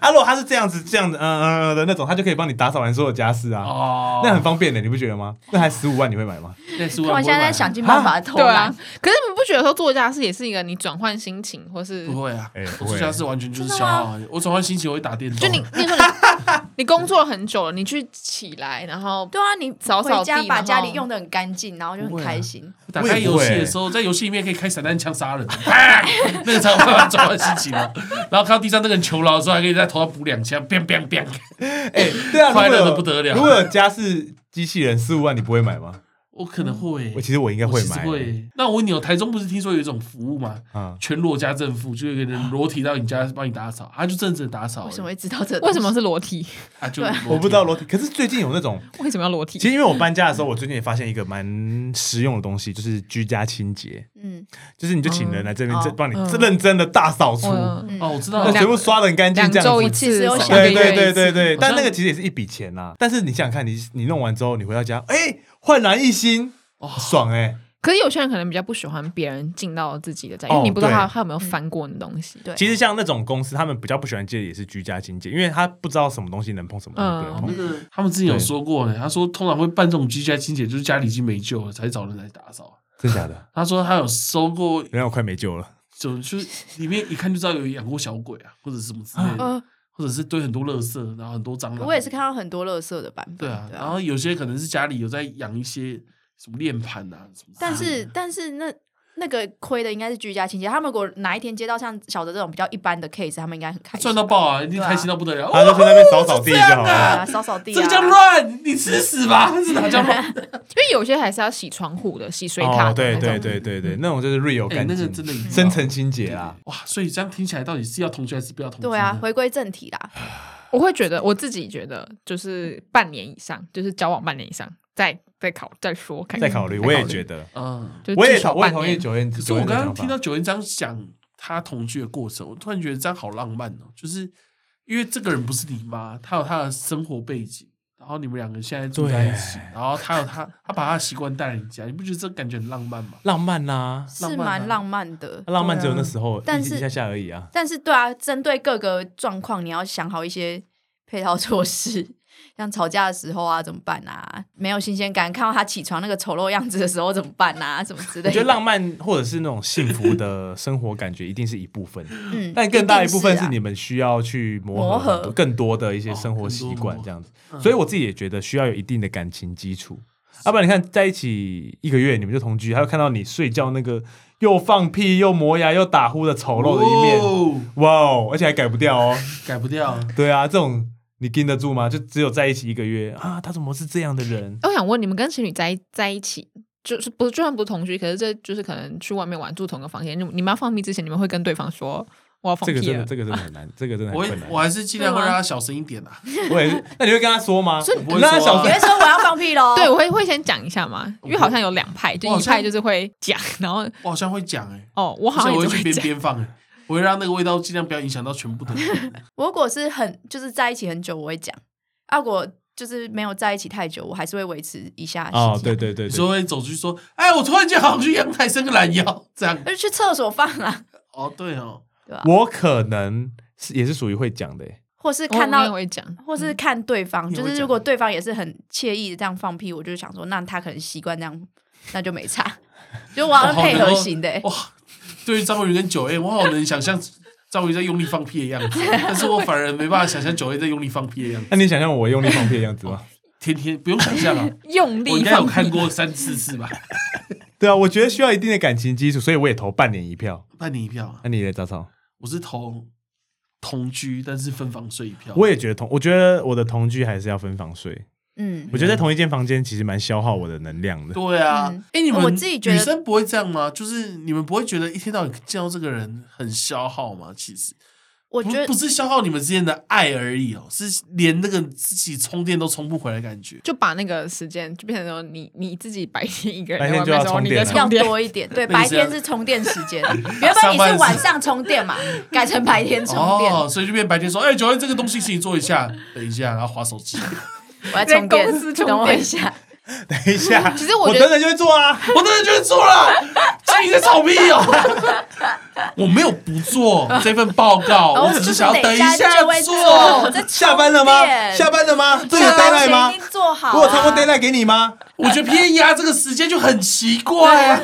Speaker 1: 啊，如果它是这样子、这样子，嗯嗯嗯的那种，它就可以帮你打扫完所有家事啊，
Speaker 4: 哦，
Speaker 1: 那很方便的，你不觉得吗？那还十五万，你会买吗？
Speaker 4: 那是
Speaker 2: 突
Speaker 4: 我
Speaker 2: 然
Speaker 4: 不会
Speaker 2: 现在
Speaker 4: 买
Speaker 2: 在想，尽办法偷
Speaker 3: 对啊
Speaker 2: 懒，。
Speaker 3: 可是你不觉得说做家事也是一个你转换心情，或是
Speaker 4: 不会啊
Speaker 1: 哎，不
Speaker 4: 我
Speaker 1: 会
Speaker 4: 做家事完全就是消耗。我转换心情，我会打电动。
Speaker 3: 就你，你说你
Speaker 1: [LAUGHS]
Speaker 3: 你工作了很久了，你去起来，然后
Speaker 2: 对啊，你
Speaker 3: 扫扫
Speaker 2: 回家
Speaker 3: 地
Speaker 2: 把
Speaker 3: 然
Speaker 2: 家
Speaker 3: 后
Speaker 2: 里用的很干净，然后就很
Speaker 4: 不会啊
Speaker 2: 开心。
Speaker 4: 打开游戏的时候，在游戏里面可以开散弹枪杀人，啪那个才有办法转换心情
Speaker 1: [LAUGHS]
Speaker 4: 啊。然后看到地上那个人求饶的时候，还可以在头上补两枪，biang [LAUGHS] biang biang。
Speaker 1: 哎、对啊，如果
Speaker 4: 快乐
Speaker 1: 有
Speaker 4: 得不得了
Speaker 1: 如果有家事机器人十五万，你不会买吗？
Speaker 4: 我可能会
Speaker 1: 嗯我，其实我应该
Speaker 4: 我
Speaker 1: 会
Speaker 4: 其实
Speaker 1: 买、欸
Speaker 4: 会。那我问你哦，台中不是听说有一种服务吗？
Speaker 1: 啊，
Speaker 4: 全裸加正负，就有一个人裸体到你家帮你打扫，他就正正打扫而已。
Speaker 2: 为什么会知道这？
Speaker 3: 为什么？是裸体？
Speaker 4: 啊？就
Speaker 2: 对
Speaker 4: 裸体
Speaker 1: 我不知道裸体，可是最近有那种
Speaker 3: 为什么要裸体
Speaker 1: 其？实因为我搬家的时候，我最近也发现一个蛮实用的东西，就是居家清洁，
Speaker 2: 嗯，
Speaker 1: 就是你就请人来这边
Speaker 2: 嗯
Speaker 1: 这
Speaker 2: 哦
Speaker 1: 帮你
Speaker 3: 嗯
Speaker 1: 认真的大扫除，
Speaker 3: 嗯
Speaker 2: 嗯
Speaker 4: 哦，我知道
Speaker 1: 那
Speaker 4: 了。
Speaker 1: 全部刷的很干净
Speaker 3: 两
Speaker 1: 这
Speaker 3: 周一
Speaker 1: 样子。
Speaker 3: 次，
Speaker 2: 其实我
Speaker 3: 两
Speaker 2: 想
Speaker 3: 个
Speaker 1: 对
Speaker 3: 月
Speaker 1: 对
Speaker 3: 一
Speaker 1: 对
Speaker 3: 次
Speaker 1: 对对，
Speaker 4: 好像
Speaker 1: 但那个其实也是一笔钱啦。但是你想想看，你你弄完之后，你回到家，哎，焕然一新，爽哎！
Speaker 3: 可是有些人可能比较不喜欢别人进到自己的家，
Speaker 1: 哦
Speaker 3: 因为你不知道他
Speaker 1: 对
Speaker 3: 他有没有翻过你的东西。
Speaker 2: 对，
Speaker 1: 其实像那种公司，他们比较不喜欢接的也是居家清洁，因为他不知道什么东西能碰，什么东西不能
Speaker 4: 哦
Speaker 1: 碰。
Speaker 4: 那个他们之前有说过呢，他说通常会办这种居家清洁，就是家里已经没救了才找人来打扫。
Speaker 1: 真假 [LAUGHS] 的？
Speaker 4: 他说他有收过，
Speaker 1: 原来我快没救了。
Speaker 2: 嗯
Speaker 4: 就就是里面一看就知道有养过小鬼啊，或者什么之类的，
Speaker 2: 呃，
Speaker 4: 或者是堆很多垃圾，然后很多蟑螂。
Speaker 2: 我也是看到很多垃圾的版本。
Speaker 4: 对啊，然后有些可能是家里有在养一些什么练盘啊什么之类的。
Speaker 2: 但是但是那那个亏的应该是居家清洁，他们如果哪一天接到像小的这种比较一般的 case，他们应该很开
Speaker 4: 他
Speaker 2: 心，
Speaker 4: 赚到爆啊，一定开心到不得了。
Speaker 1: [LAUGHS] 他就去那边扫扫地就好
Speaker 4: 是这样啊
Speaker 1: 了。
Speaker 2: 啊，扫扫地、啊，
Speaker 4: 这个叫乱，你吃屎吧！这
Speaker 2: [LAUGHS]
Speaker 4: 哪
Speaker 1: [LAUGHS]
Speaker 4: 叫乱？
Speaker 3: 因为有些还是要洗窗户的、洗水塔
Speaker 1: 哦，
Speaker 3: 的
Speaker 1: 对
Speaker 3: 那种。
Speaker 1: 对对对嗯对，那种就是 real
Speaker 4: 哎，
Speaker 1: 干嗯
Speaker 4: 那个
Speaker 1: 净，
Speaker 4: 真的一定要
Speaker 1: 深层清洁啊。
Speaker 4: 哇！所以这样听起来，到底是要同居还是不要同居呢？
Speaker 2: 对啊，回归正题啦，
Speaker 3: 我会觉得我自己觉得就是半年以上，就是交往半年以上，再再考再说，看看
Speaker 1: 再考虑，我也觉，得，
Speaker 4: 嗯，
Speaker 3: 就
Speaker 1: 我也
Speaker 3: 至少
Speaker 1: 同我也
Speaker 3: 半
Speaker 1: 同意
Speaker 3: 年。
Speaker 1: 九燕，
Speaker 4: 可是
Speaker 1: 九
Speaker 4: 我
Speaker 1: 燕的
Speaker 4: 刚刚
Speaker 1: 想法
Speaker 4: 听到九元章讲他同居的过程，我突然觉得这样好浪漫哦，就是因为这个人不是你妈，她有她的生活背景，然后你们两个现在住在一起
Speaker 1: 对，
Speaker 4: 然后她有她，她把她的习惯带来你家，你不觉得这感觉很浪漫吗？
Speaker 1: 浪漫呐，
Speaker 2: 是
Speaker 4: 浪漫啊
Speaker 2: 蛮浪漫的。
Speaker 1: 浪漫只有那时候，
Speaker 2: 但
Speaker 1: 一
Speaker 2: 是
Speaker 1: 一下下而已啊。
Speaker 2: 但是对啊，针对各个状况，你要想好一些配套措施，像吵架的时候啊，怎么办啊？没有新鲜感，看到他起床那个丑陋样子的时候怎么办啊？什么之
Speaker 1: 我
Speaker 2: 类
Speaker 1: 觉得
Speaker 2: 的。
Speaker 1: 浪漫或者是那种幸福的生活感觉，一定是一部分，
Speaker 2: 嗯
Speaker 1: 但更大一部分
Speaker 2: 定
Speaker 1: 是
Speaker 2: 啊
Speaker 1: 你们需要去磨
Speaker 2: 磨
Speaker 1: 合
Speaker 2: 合
Speaker 1: 很多更多的一些
Speaker 4: 哦
Speaker 1: 生活
Speaker 4: 更多
Speaker 1: 习
Speaker 4: 磨
Speaker 1: 惯
Speaker 4: 合
Speaker 1: 这样子。
Speaker 4: 嗯
Speaker 1: 所以我自己也觉得需要有一定的感情基础，要不然你看在一起一个月你们就同居，还有看到你睡觉那个又放屁又磨牙又打呼的丑陋的一面，
Speaker 4: 面
Speaker 1: 哇哦，而且还改不掉哦。
Speaker 4: 改不掉，
Speaker 1: 对啊，这种你盯得住吗？就只有在一起一个月啊，他怎么是这样的人？
Speaker 3: 我想问你们跟情侣在在一起，就是不就算不同居，可是这就是可能去外面玩住同个房间，你们你们要放屁之前，你们会跟对方说我要放
Speaker 1: 这个
Speaker 3: 屁
Speaker 1: 真的，
Speaker 3: 啊了。
Speaker 1: 这个真的很难，这个真的很
Speaker 4: 我
Speaker 1: 困难。
Speaker 4: 我还是尽量会
Speaker 3: 对吗
Speaker 4: 让他小声一点啊。
Speaker 1: 我也是，那你会跟他说吗？
Speaker 3: 所以
Speaker 1: 你
Speaker 4: 我不会
Speaker 1: 让他
Speaker 4: 说啊
Speaker 1: 小
Speaker 2: 你
Speaker 1: 声
Speaker 2: 会说我要放屁喽？
Speaker 3: [LAUGHS] 对，我会会先讲一下嘛，因为好像有两派，
Speaker 4: 我
Speaker 3: 就
Speaker 4: 好
Speaker 3: 一
Speaker 4: 像
Speaker 3: 派就是会讲，然后
Speaker 4: 我好像会讲哎、
Speaker 3: 哦，我
Speaker 4: 而
Speaker 3: 好
Speaker 4: 且
Speaker 3: 像
Speaker 4: 我
Speaker 3: 也
Speaker 4: 会
Speaker 3: 只
Speaker 4: 去
Speaker 3: 会
Speaker 4: 边
Speaker 3: 讲，
Speaker 4: 边放哎、我会让那个味道尽量不要影响到全部的人。
Speaker 2: 我如果是很就是在一起很久，我会讲；啊，如果就是没有在一起太久，我还是会维持一下。
Speaker 1: 哦，对，对对
Speaker 4: 你
Speaker 1: 对，
Speaker 4: 说会走出去说：“哎，我突然间好想去阳台伸个懒腰。”这样
Speaker 2: 那就去厕所放啊， [LAUGHS]
Speaker 4: 哦，对哦，
Speaker 2: 对吧？
Speaker 1: 我可能是也是属于会讲的欸，
Speaker 2: 或是
Speaker 3: 我
Speaker 2: 看
Speaker 3: 哦我也
Speaker 2: 到，
Speaker 3: 会讲，
Speaker 2: 或是看对方，
Speaker 4: 你会
Speaker 2: 就是
Speaker 4: 讲
Speaker 2: 如果对方也是很惬意的这样放屁，我就想说，那他可能习惯这样， [LAUGHS] 那就没差。就我好像配合型的、欸，
Speaker 4: 哇！对于张宇跟九哎 A，我好能想象张宇在用力放屁的
Speaker 2: [LAUGHS]
Speaker 4: 样子，但是我反而没办法想象九 A 在用力放屁的样子。
Speaker 1: 那你想象我用力放屁的样子吗？
Speaker 4: 天天不用想
Speaker 2: [LAUGHS]
Speaker 4: 象啊，
Speaker 3: 用
Speaker 4: 我
Speaker 3: 力
Speaker 4: 应该有
Speaker 3: 放
Speaker 4: 看
Speaker 3: 屁。
Speaker 4: 过三四次吧，
Speaker 1: [LAUGHS] 对啊，我觉得需要一定的感情基础，所以我也投半年一票。
Speaker 4: 半年一票啊。
Speaker 1: 那你的早草，
Speaker 4: 我是投同居，但是分房睡一票。
Speaker 1: 我也觉得同，我觉得我的同居还是要分房睡。
Speaker 2: 嗯，
Speaker 1: 我觉得在同一间房间其实蛮消耗我的能量的。
Speaker 4: 对啊，哎、
Speaker 2: 嗯
Speaker 4: 你们
Speaker 2: 我自己觉得
Speaker 4: 女生不会这样吗？就是你们不会觉得一天到晚见到这个人很消耗吗？其实
Speaker 2: 我
Speaker 4: 不
Speaker 2: 觉得
Speaker 4: 不是消耗你们之间的爱而已哦，是连那个自己充电都充不回来的感觉。
Speaker 3: 就把那个时间就变成说你你自己白天一个
Speaker 1: 白
Speaker 3: 人
Speaker 1: 天
Speaker 3: 在外
Speaker 1: 就要
Speaker 3: 面的时候，
Speaker 1: 充
Speaker 3: 你
Speaker 1: 电
Speaker 3: 在
Speaker 1: 了
Speaker 2: 要
Speaker 3: 充电，
Speaker 2: 多一点。对，
Speaker 4: 那
Speaker 2: 白
Speaker 4: 你是要
Speaker 2: 天是充电时间，原本你是晚上充电嘛，改成白天充电，
Speaker 4: 哦，所以就变白天说，哎、九月这个东西请你做一
Speaker 3: [LAUGHS]
Speaker 4: 下，等一下，然后划手机。
Speaker 2: 我要充电
Speaker 3: 在公司，充电
Speaker 2: 等我一下。
Speaker 1: 等一下， [LAUGHS]
Speaker 3: 其实我觉
Speaker 1: 等
Speaker 3: 得
Speaker 1: 等就会做啊。
Speaker 4: 我真的觉得做了，这你在吵屁哦！我没有不做这份报告，
Speaker 2: 哦
Speaker 4: 我只是想要
Speaker 2: 就是等
Speaker 4: 一
Speaker 2: 一下就会做
Speaker 4: 做。
Speaker 2: 我在充电
Speaker 1: 下班了吗？下班了吗？这有
Speaker 2: 下班
Speaker 1: deadline
Speaker 2: 前
Speaker 1: 吗
Speaker 2: 已？经做好、啊，
Speaker 1: 我有超过 deadline 给你吗？
Speaker 4: 我觉得偏啊压这个时间就很奇怪啊。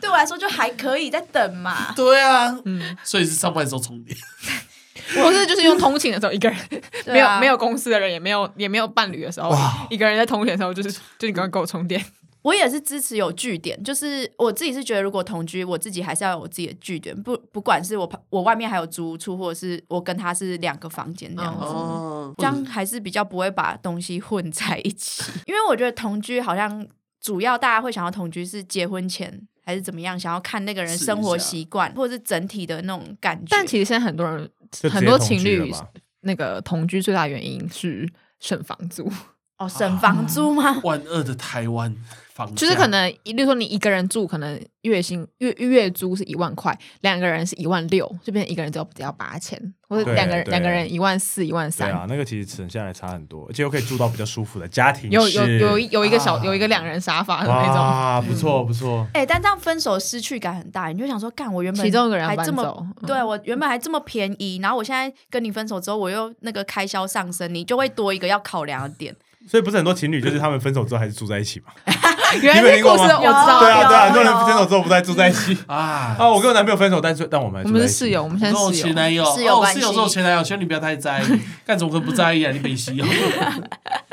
Speaker 2: 对我来说就还可以，在等嘛。
Speaker 4: 对啊，
Speaker 3: 嗯
Speaker 4: 所以是上班的时候充电。
Speaker 3: [LAUGHS] 或是就是用通勤的时候一个人， [LAUGHS]
Speaker 2: 对
Speaker 3: 没有
Speaker 2: 啊
Speaker 3: 没有公司的人，也没有也没有伴侣的时候，一个人在通勤的时候，就是 [LAUGHS] 就你刚刚给我充电，
Speaker 2: 我也是支持有据点，就是我自己是觉得，如果同居，我自己还是要有我自己的据点，不不管是我旁我外面还有租屋处，或者是我跟他是两个房间这样子。
Speaker 4: 哦，
Speaker 2: 这样还是比较不会把东西混在一起， [LAUGHS] 因为我觉得同居好像主要大家会想要同居是结婚前还是怎么样，想要看那个人
Speaker 4: 试一
Speaker 2: 生活
Speaker 4: 下
Speaker 2: 习惯或者是整体的那种感觉。
Speaker 3: 但其实现在很多人
Speaker 1: 就直接
Speaker 3: 很多
Speaker 1: 同
Speaker 3: 情
Speaker 1: 居了
Speaker 3: 侣
Speaker 1: 吧
Speaker 3: 那个同居最大原因是省房租，
Speaker 1: 嗯
Speaker 2: 哦，省房租吗？
Speaker 4: 万恶的台湾房价，
Speaker 1: 啊
Speaker 3: 就是可能，例如说你一个人住，可能月薪月月租是一万块，两个人是一万六，这边一个人只要只要八千，或者
Speaker 1: 对
Speaker 3: 两个人
Speaker 1: 对
Speaker 3: 两个人一万四一万
Speaker 1: 对
Speaker 3: 三。
Speaker 1: 啊，那个其实省下来差很多，而且又可以住到比较舒服的家庭
Speaker 3: 有
Speaker 1: 式
Speaker 3: 有有一有一个小、
Speaker 4: 啊
Speaker 3: 有一个两人沙发的那种，
Speaker 1: 哇，不错不错。
Speaker 2: 哎、但这样分手失去感很大，你就想说，干我原本
Speaker 3: 其中一个人
Speaker 2: 还
Speaker 3: 搬
Speaker 2: 这么
Speaker 3: 走，嗯
Speaker 2: 对我原本还这么便宜，然后我现在跟你分手之后，我又那个开销上升，你就会多一个要考量的点。
Speaker 1: 所以不是很多情侣就是他们分手之后还是住在一起嘛？
Speaker 3: [LAUGHS] 原来
Speaker 1: 你们
Speaker 3: 是
Speaker 1: 听过
Speaker 3: 啊故事，
Speaker 1: 吗
Speaker 3: 我知道。嗯
Speaker 1: 对啊对啊，很
Speaker 2: 有
Speaker 1: 多人
Speaker 2: 有
Speaker 1: 分手之后不再住在一 [LAUGHS] 起
Speaker 4: 啊。
Speaker 1: 啊。我跟我男朋友分手，但是但我们还
Speaker 3: 我
Speaker 1: 住
Speaker 3: 们
Speaker 1: 在
Speaker 3: 是
Speaker 1: 一起嗯
Speaker 3: 室友，我们现
Speaker 4: 跟
Speaker 3: 在
Speaker 4: 我
Speaker 3: 是室
Speaker 4: 前
Speaker 3: 友。
Speaker 4: 男友，
Speaker 2: 室友
Speaker 4: 哦，我
Speaker 2: 关
Speaker 4: 室友
Speaker 2: 系
Speaker 4: 是我前男友，希望你不要太在意。
Speaker 2: [LAUGHS]
Speaker 4: 干怎么可能不在意啊？你北西哦。 [LAUGHS]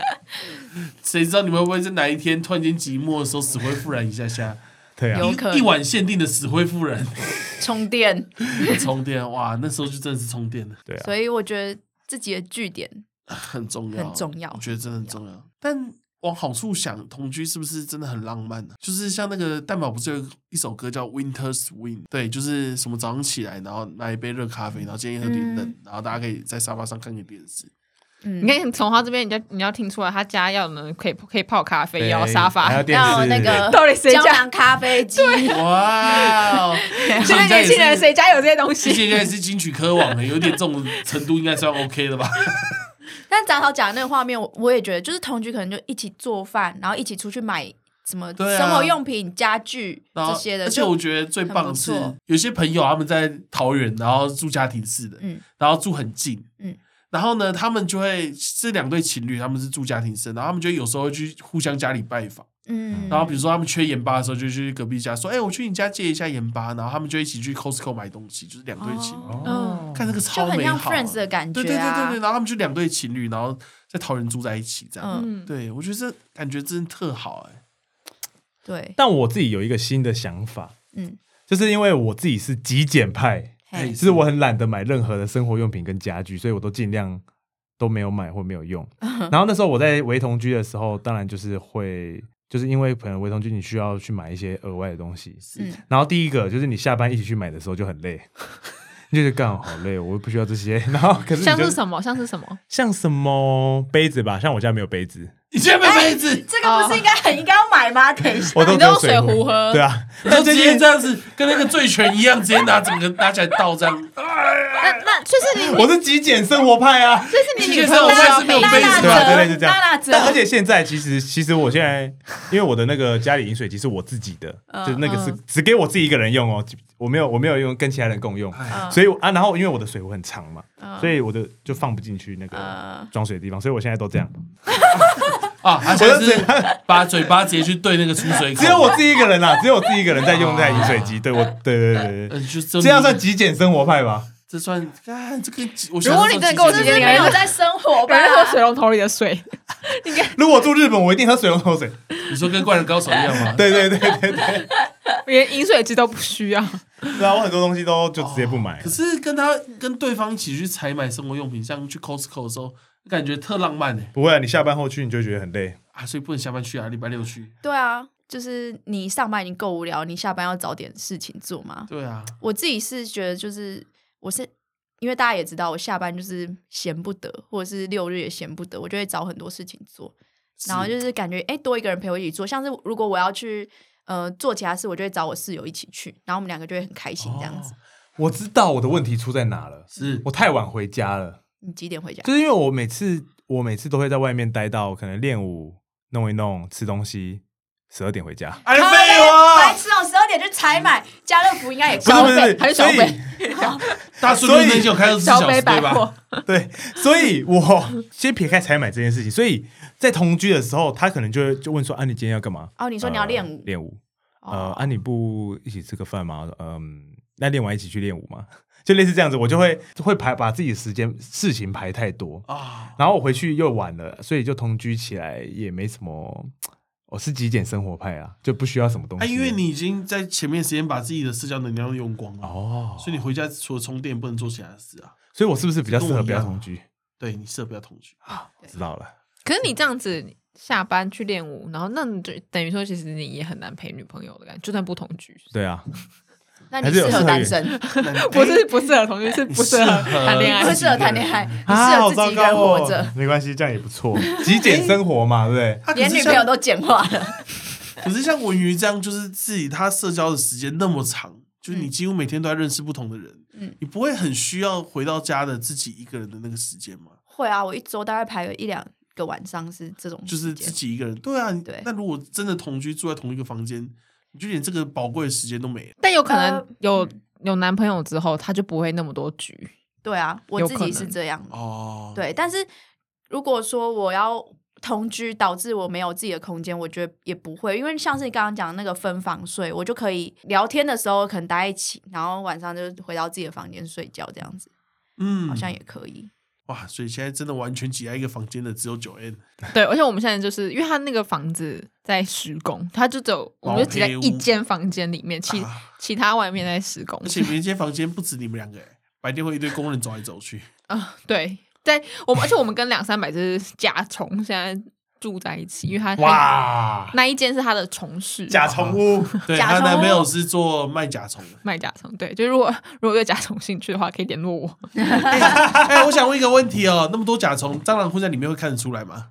Speaker 4: 谁知道你们会不会在哪一天突然间寂寞的时候死灰复燃一下下？
Speaker 1: 对啊
Speaker 2: 有，可能
Speaker 4: 一一晚限定的死灰复燃， [LAUGHS]
Speaker 2: 充电，
Speaker 4: 充电哇！那时候就真的是充电了，
Speaker 1: 对啊
Speaker 2: 所，以我觉得自己的据点
Speaker 4: 很重要，
Speaker 2: 很重要
Speaker 4: 我觉得真的很重要。但往好处想，同居是不是真的很浪漫呢、就是像那个蛋堡不是有一首歌叫《Winter Swing》？对，就是什么早上起来，然后拿一杯热咖啡，然后今天喝点冷，然后大家可以在沙发上看个电视。
Speaker 2: 嗯，
Speaker 3: 你看从他这边，你就你要听出来，他家要呢可以可以泡咖啡，也要
Speaker 1: 对哎
Speaker 3: 沙
Speaker 1: 还要
Speaker 3: 发。
Speaker 1: 电
Speaker 2: 要
Speaker 1: 视
Speaker 2: 那个
Speaker 3: 到底谁
Speaker 2: 胶
Speaker 3: 家
Speaker 2: 囊
Speaker 3: [LAUGHS]
Speaker 2: 咖啡机， [LAUGHS]
Speaker 4: 哇哦！
Speaker 3: 现在年轻人谁家有这些东
Speaker 4: 这
Speaker 3: 西？
Speaker 4: 些应该是金曲科网的，有点这种程度，应该算 OK
Speaker 2: [LAUGHS]
Speaker 4: 的吧？
Speaker 2: 但杂草讲的那个画面，我我也觉得，就是同居可能就一起做饭，然后一起出去买什么
Speaker 4: 对啊
Speaker 2: 生活用品、家具
Speaker 4: 然
Speaker 2: 这
Speaker 4: 后
Speaker 2: 些，的，
Speaker 4: 而且
Speaker 2: 就
Speaker 4: 我觉得最棒的是
Speaker 2: 很不错，
Speaker 4: 有些朋友啊他们在桃园，然后住家庭式的，
Speaker 2: 嗯
Speaker 4: 然后住很近，
Speaker 2: 嗯
Speaker 4: 然后呢，他们就会这两对情侣，他们是住家庭式，然后他们就有时候会去互相家里拜访，
Speaker 2: 嗯，
Speaker 4: 然后比如说他们缺盐巴的时候，就去隔壁家说，哎、我去你家借一下盐巴，然后他们就一起去 Costco 买东西，就是两对情侣，
Speaker 3: 嗯
Speaker 1: 哦
Speaker 4: 看这个
Speaker 2: 就
Speaker 4: 超
Speaker 2: 很
Speaker 4: 美
Speaker 2: 像
Speaker 4: 好啊、
Speaker 2: Friends 的感觉
Speaker 4: 对对对对
Speaker 2: 啊
Speaker 4: 对，，然后他们就两对情侣，然后在桃园住在一起这样，
Speaker 2: 嗯，
Speaker 3: 嗯，
Speaker 4: 对我觉得这感觉真的特好哎、
Speaker 2: 对，
Speaker 1: 但我自己有一个新的想法，
Speaker 2: 嗯，
Speaker 1: 就是因为我自己是极简派，
Speaker 2: 嘿
Speaker 4: 哎
Speaker 1: 就是我很懒得买任何的生活用品跟家具，所以我都尽量都没有买或没有用。
Speaker 3: 嗯
Speaker 1: 然后那时候我在维同居的时候，当然就是会，就是因为可能维同居你需要去买一些额外的东西。
Speaker 2: 嗯
Speaker 3: [LAUGHS]
Speaker 1: 然后第一个就是你下班一起去买的时候就很累，你就觉得干好累，哦我不需要这些。然后可是你
Speaker 3: 像
Speaker 1: 就是
Speaker 3: 什么？像是什么？
Speaker 1: 像什么杯子吧，像我家没有杯子，
Speaker 4: 你居然没
Speaker 3: 哎
Speaker 4: 杯子，
Speaker 2: 这个不是应该很应该要买吗？等一下， [LAUGHS]
Speaker 1: 我都
Speaker 3: 啊你
Speaker 1: 只有
Speaker 3: 都
Speaker 1: 水
Speaker 3: 水壶喝
Speaker 1: 对啊，
Speaker 4: 就
Speaker 1: 但
Speaker 4: 直
Speaker 1: 最
Speaker 4: 接
Speaker 1: 近
Speaker 4: 这样子，跟那个醉拳一样，直接拿整个拿起来倒这样。
Speaker 3: 那那就是你，
Speaker 1: 我是极简生活派啊，
Speaker 3: 就是你女
Speaker 4: 其实
Speaker 3: 朋友
Speaker 4: 我现在
Speaker 3: 要
Speaker 4: 是没有
Speaker 3: 陪
Speaker 4: 杯
Speaker 1: 对
Speaker 4: 子
Speaker 2: 那
Speaker 4: 的
Speaker 1: 啊，对
Speaker 2: 折
Speaker 1: 类似这样
Speaker 2: 那那折。
Speaker 1: 但而且现在其实其实我现在，因为我的那个家里饮水机是我自己的，
Speaker 2: 嗯
Speaker 1: 就是那个是
Speaker 3: 嗯
Speaker 1: 只给我自己一个人用哦，我没有我没有用跟其他人共用，
Speaker 2: 嗯
Speaker 1: 所以我啊，然后因为我的水壶很长嘛，
Speaker 2: 嗯
Speaker 1: 所以我的就放不进去那个
Speaker 2: 嗯
Speaker 1: 装水的地方，所以我现在都这样，
Speaker 4: 啊，他现在是把嘴巴直接去对那个出水口，
Speaker 1: 只有我自己一个人啦，只有我自己一个人在用这台饮水机， [LAUGHS] 对我，对对对对，
Speaker 4: 嗯，就这
Speaker 1: 这样算极简生活派吧？
Speaker 4: 这算，看这个，我
Speaker 3: 如果你真的跟我
Speaker 2: 这
Speaker 3: 直
Speaker 2: 是
Speaker 3: 接
Speaker 2: 没有在生活
Speaker 3: 我要喝
Speaker 2: 吧？
Speaker 3: 水龙头里的水， [LAUGHS]
Speaker 1: 如果住日本，我一定喝水龙头水，
Speaker 4: 你说跟灌篮高手一样吗？
Speaker 1: 对对对对对，
Speaker 3: 连饮水机都不需要。
Speaker 1: 对啊，我很多东西都就直接不买
Speaker 4: 哦可，是跟他跟对方一起去采买生活用品，像去 Costco 的时候，感觉特浪漫呢、欸
Speaker 1: 不会啊，你下班后去你就觉得很累，
Speaker 4: 啊，所以不能下班去啊，礼拜六去。
Speaker 2: 对啊，就是你上班已经够无聊，你下班要找点事情做嘛。
Speaker 4: 对啊，
Speaker 2: 我自己是觉得，就是我是因为大家也知道，我下班就是闲不得，或者是六日也闲不得，我就会找很多事情做。然后就是感觉哎、诶多一个人陪我一起做，像是如果我要去呃做其他事，我就会找我室友一起去，然后我们两个就会很开心这样子。
Speaker 4: 哦
Speaker 1: 我知道我的问题出在哪了，
Speaker 4: 是
Speaker 1: 我太晚回家了。
Speaker 2: 你几点回家？
Speaker 1: 就是因为我每次我每次都会在外面待到可能练舞弄一弄吃东西，十二点回家。
Speaker 4: 哎
Speaker 2: 好
Speaker 4: 废
Speaker 2: 白
Speaker 4: 话，
Speaker 2: 痴哦，十二点去采买，家乐福应该也
Speaker 1: 不是
Speaker 2: 高
Speaker 1: 不是
Speaker 3: 费
Speaker 1: 不是，
Speaker 3: 还是
Speaker 1: 所
Speaker 3: 小
Speaker 1: 以
Speaker 3: 费
Speaker 4: 大叔
Speaker 1: 所以
Speaker 4: 那就开二十四
Speaker 3: 小
Speaker 4: 小
Speaker 3: 北
Speaker 4: 时
Speaker 3: 百
Speaker 4: 对吧？
Speaker 3: 货，
Speaker 1: 对，所以我先撇开采买这件事情，所以在同居的时候，他可能就会就问说：“啊，你今天要干嘛？”
Speaker 2: 哦，你说你要
Speaker 1: 呃
Speaker 2: 练舞，
Speaker 1: 练舞。呃，
Speaker 2: 哦
Speaker 1: 啊，你不一起吃个饭吗？我说嗯，那练完一起去练舞吗？ [LAUGHS] 就类似这样子，我就会会排把自己时间事情排太多， [LAUGHS]
Speaker 4: 啊，
Speaker 1: 然后我回去又晚了，所以就同居起来也没什么。我是极简生活派啊，就不需要什么东
Speaker 4: 啊，
Speaker 1: 西。
Speaker 4: 因为你已经在前面时间把自己的社交能量用光了，
Speaker 1: 哦，
Speaker 4: 所以你回家除了充电，不能做其他事啊。
Speaker 1: 所以我是不是比较适合不要
Speaker 2: 啊
Speaker 1: 同居？
Speaker 4: 对你适合不
Speaker 2: [LAUGHS]
Speaker 4: 要啊同居，
Speaker 1: 知道了，
Speaker 3: 可是你这样子下班去练舞，然后那你就等于说，其实你也很难陪女朋友的感觉，就算不同居，
Speaker 1: 对啊，
Speaker 2: 那
Speaker 1: 还
Speaker 2: 你
Speaker 1: 是有
Speaker 2: 适
Speaker 1: 适
Speaker 2: 合
Speaker 1: 合
Speaker 2: 单
Speaker 1: 你
Speaker 2: [LAUGHS] 身，
Speaker 3: 不是 [LAUGHS] 不适合同居，是不适合
Speaker 4: 适合
Speaker 3: 谈恋
Speaker 2: 你
Speaker 3: 爱
Speaker 2: 不
Speaker 4: 对。
Speaker 2: 适合谈
Speaker 4: [LAUGHS]
Speaker 2: 恋爱，你
Speaker 4: 啊
Speaker 2: 适合自己一个人
Speaker 3: 哦
Speaker 4: 哦
Speaker 2: 活着，
Speaker 1: 啊
Speaker 2: 哎
Speaker 1: 没关系，这样也不错，极简生活嘛，对不对？
Speaker 4: 啊可
Speaker 2: 连
Speaker 4: 是
Speaker 2: 女
Speaker 4: 像
Speaker 2: 朋友都简化了。 [LAUGHS]
Speaker 4: 可是像文娱这样，就是自己他社交的时间那么长，就是你几乎每天都在认识不同的人，
Speaker 2: 嗯
Speaker 4: 你不会很需要回到家的自己一个人的那个时间吗？
Speaker 2: 会啊，我一周大概排个一两个晚上是这种时间，
Speaker 4: 就是自己一个人，对啊，你
Speaker 2: 对
Speaker 4: 那如果真的同居住在同一个房间，你就连这个宝贵的时间都没了。
Speaker 3: 但有可能
Speaker 2: 呃
Speaker 3: 有有男朋友之后，他就不会那么多局。
Speaker 2: 对啊，我
Speaker 3: 有
Speaker 2: 自
Speaker 3: 可
Speaker 2: 己是
Speaker 3: 能
Speaker 2: 这样，
Speaker 4: 哦，，
Speaker 2: 对。但是如果说我要同居导致我没有自己的空间，我觉得也不会，因为像是你刚刚讲的那个分房睡，我就可以聊天的时候可能待在一起，然后晚上就回到自己的房间睡觉，这样子
Speaker 4: 嗯，
Speaker 2: 好像也可以。 [LAUGHS]
Speaker 4: 哇，所以现在真的完全挤在一个房间的只有九 N，
Speaker 3: 对，而且我们现在就是因为他那个房子在施工，他就只有我们就只在一间房间里面，其
Speaker 4: 啊
Speaker 3: 其他外面在施工
Speaker 4: 而。且每一间房间不止你们两个、欸，白天会一堆工人走来走去，
Speaker 3: 啊，对，在我们而且我们跟两三百只甲虫现在住在一起，因为他
Speaker 2: [LAUGHS]
Speaker 1: 哇，
Speaker 3: 那一间是他的虫室。
Speaker 1: 甲虫屋，
Speaker 4: 对，
Speaker 2: 甲
Speaker 4: 她
Speaker 2: 虫
Speaker 4: 男朋友是做卖甲虫的。 [LAUGHS]
Speaker 3: 卖甲虫，对，就如果如果对甲虫兴趣的话，可以联络我。
Speaker 4: 哎、我想问一个问题哦，那么多甲虫，蟑螂混在里面会看得出来吗？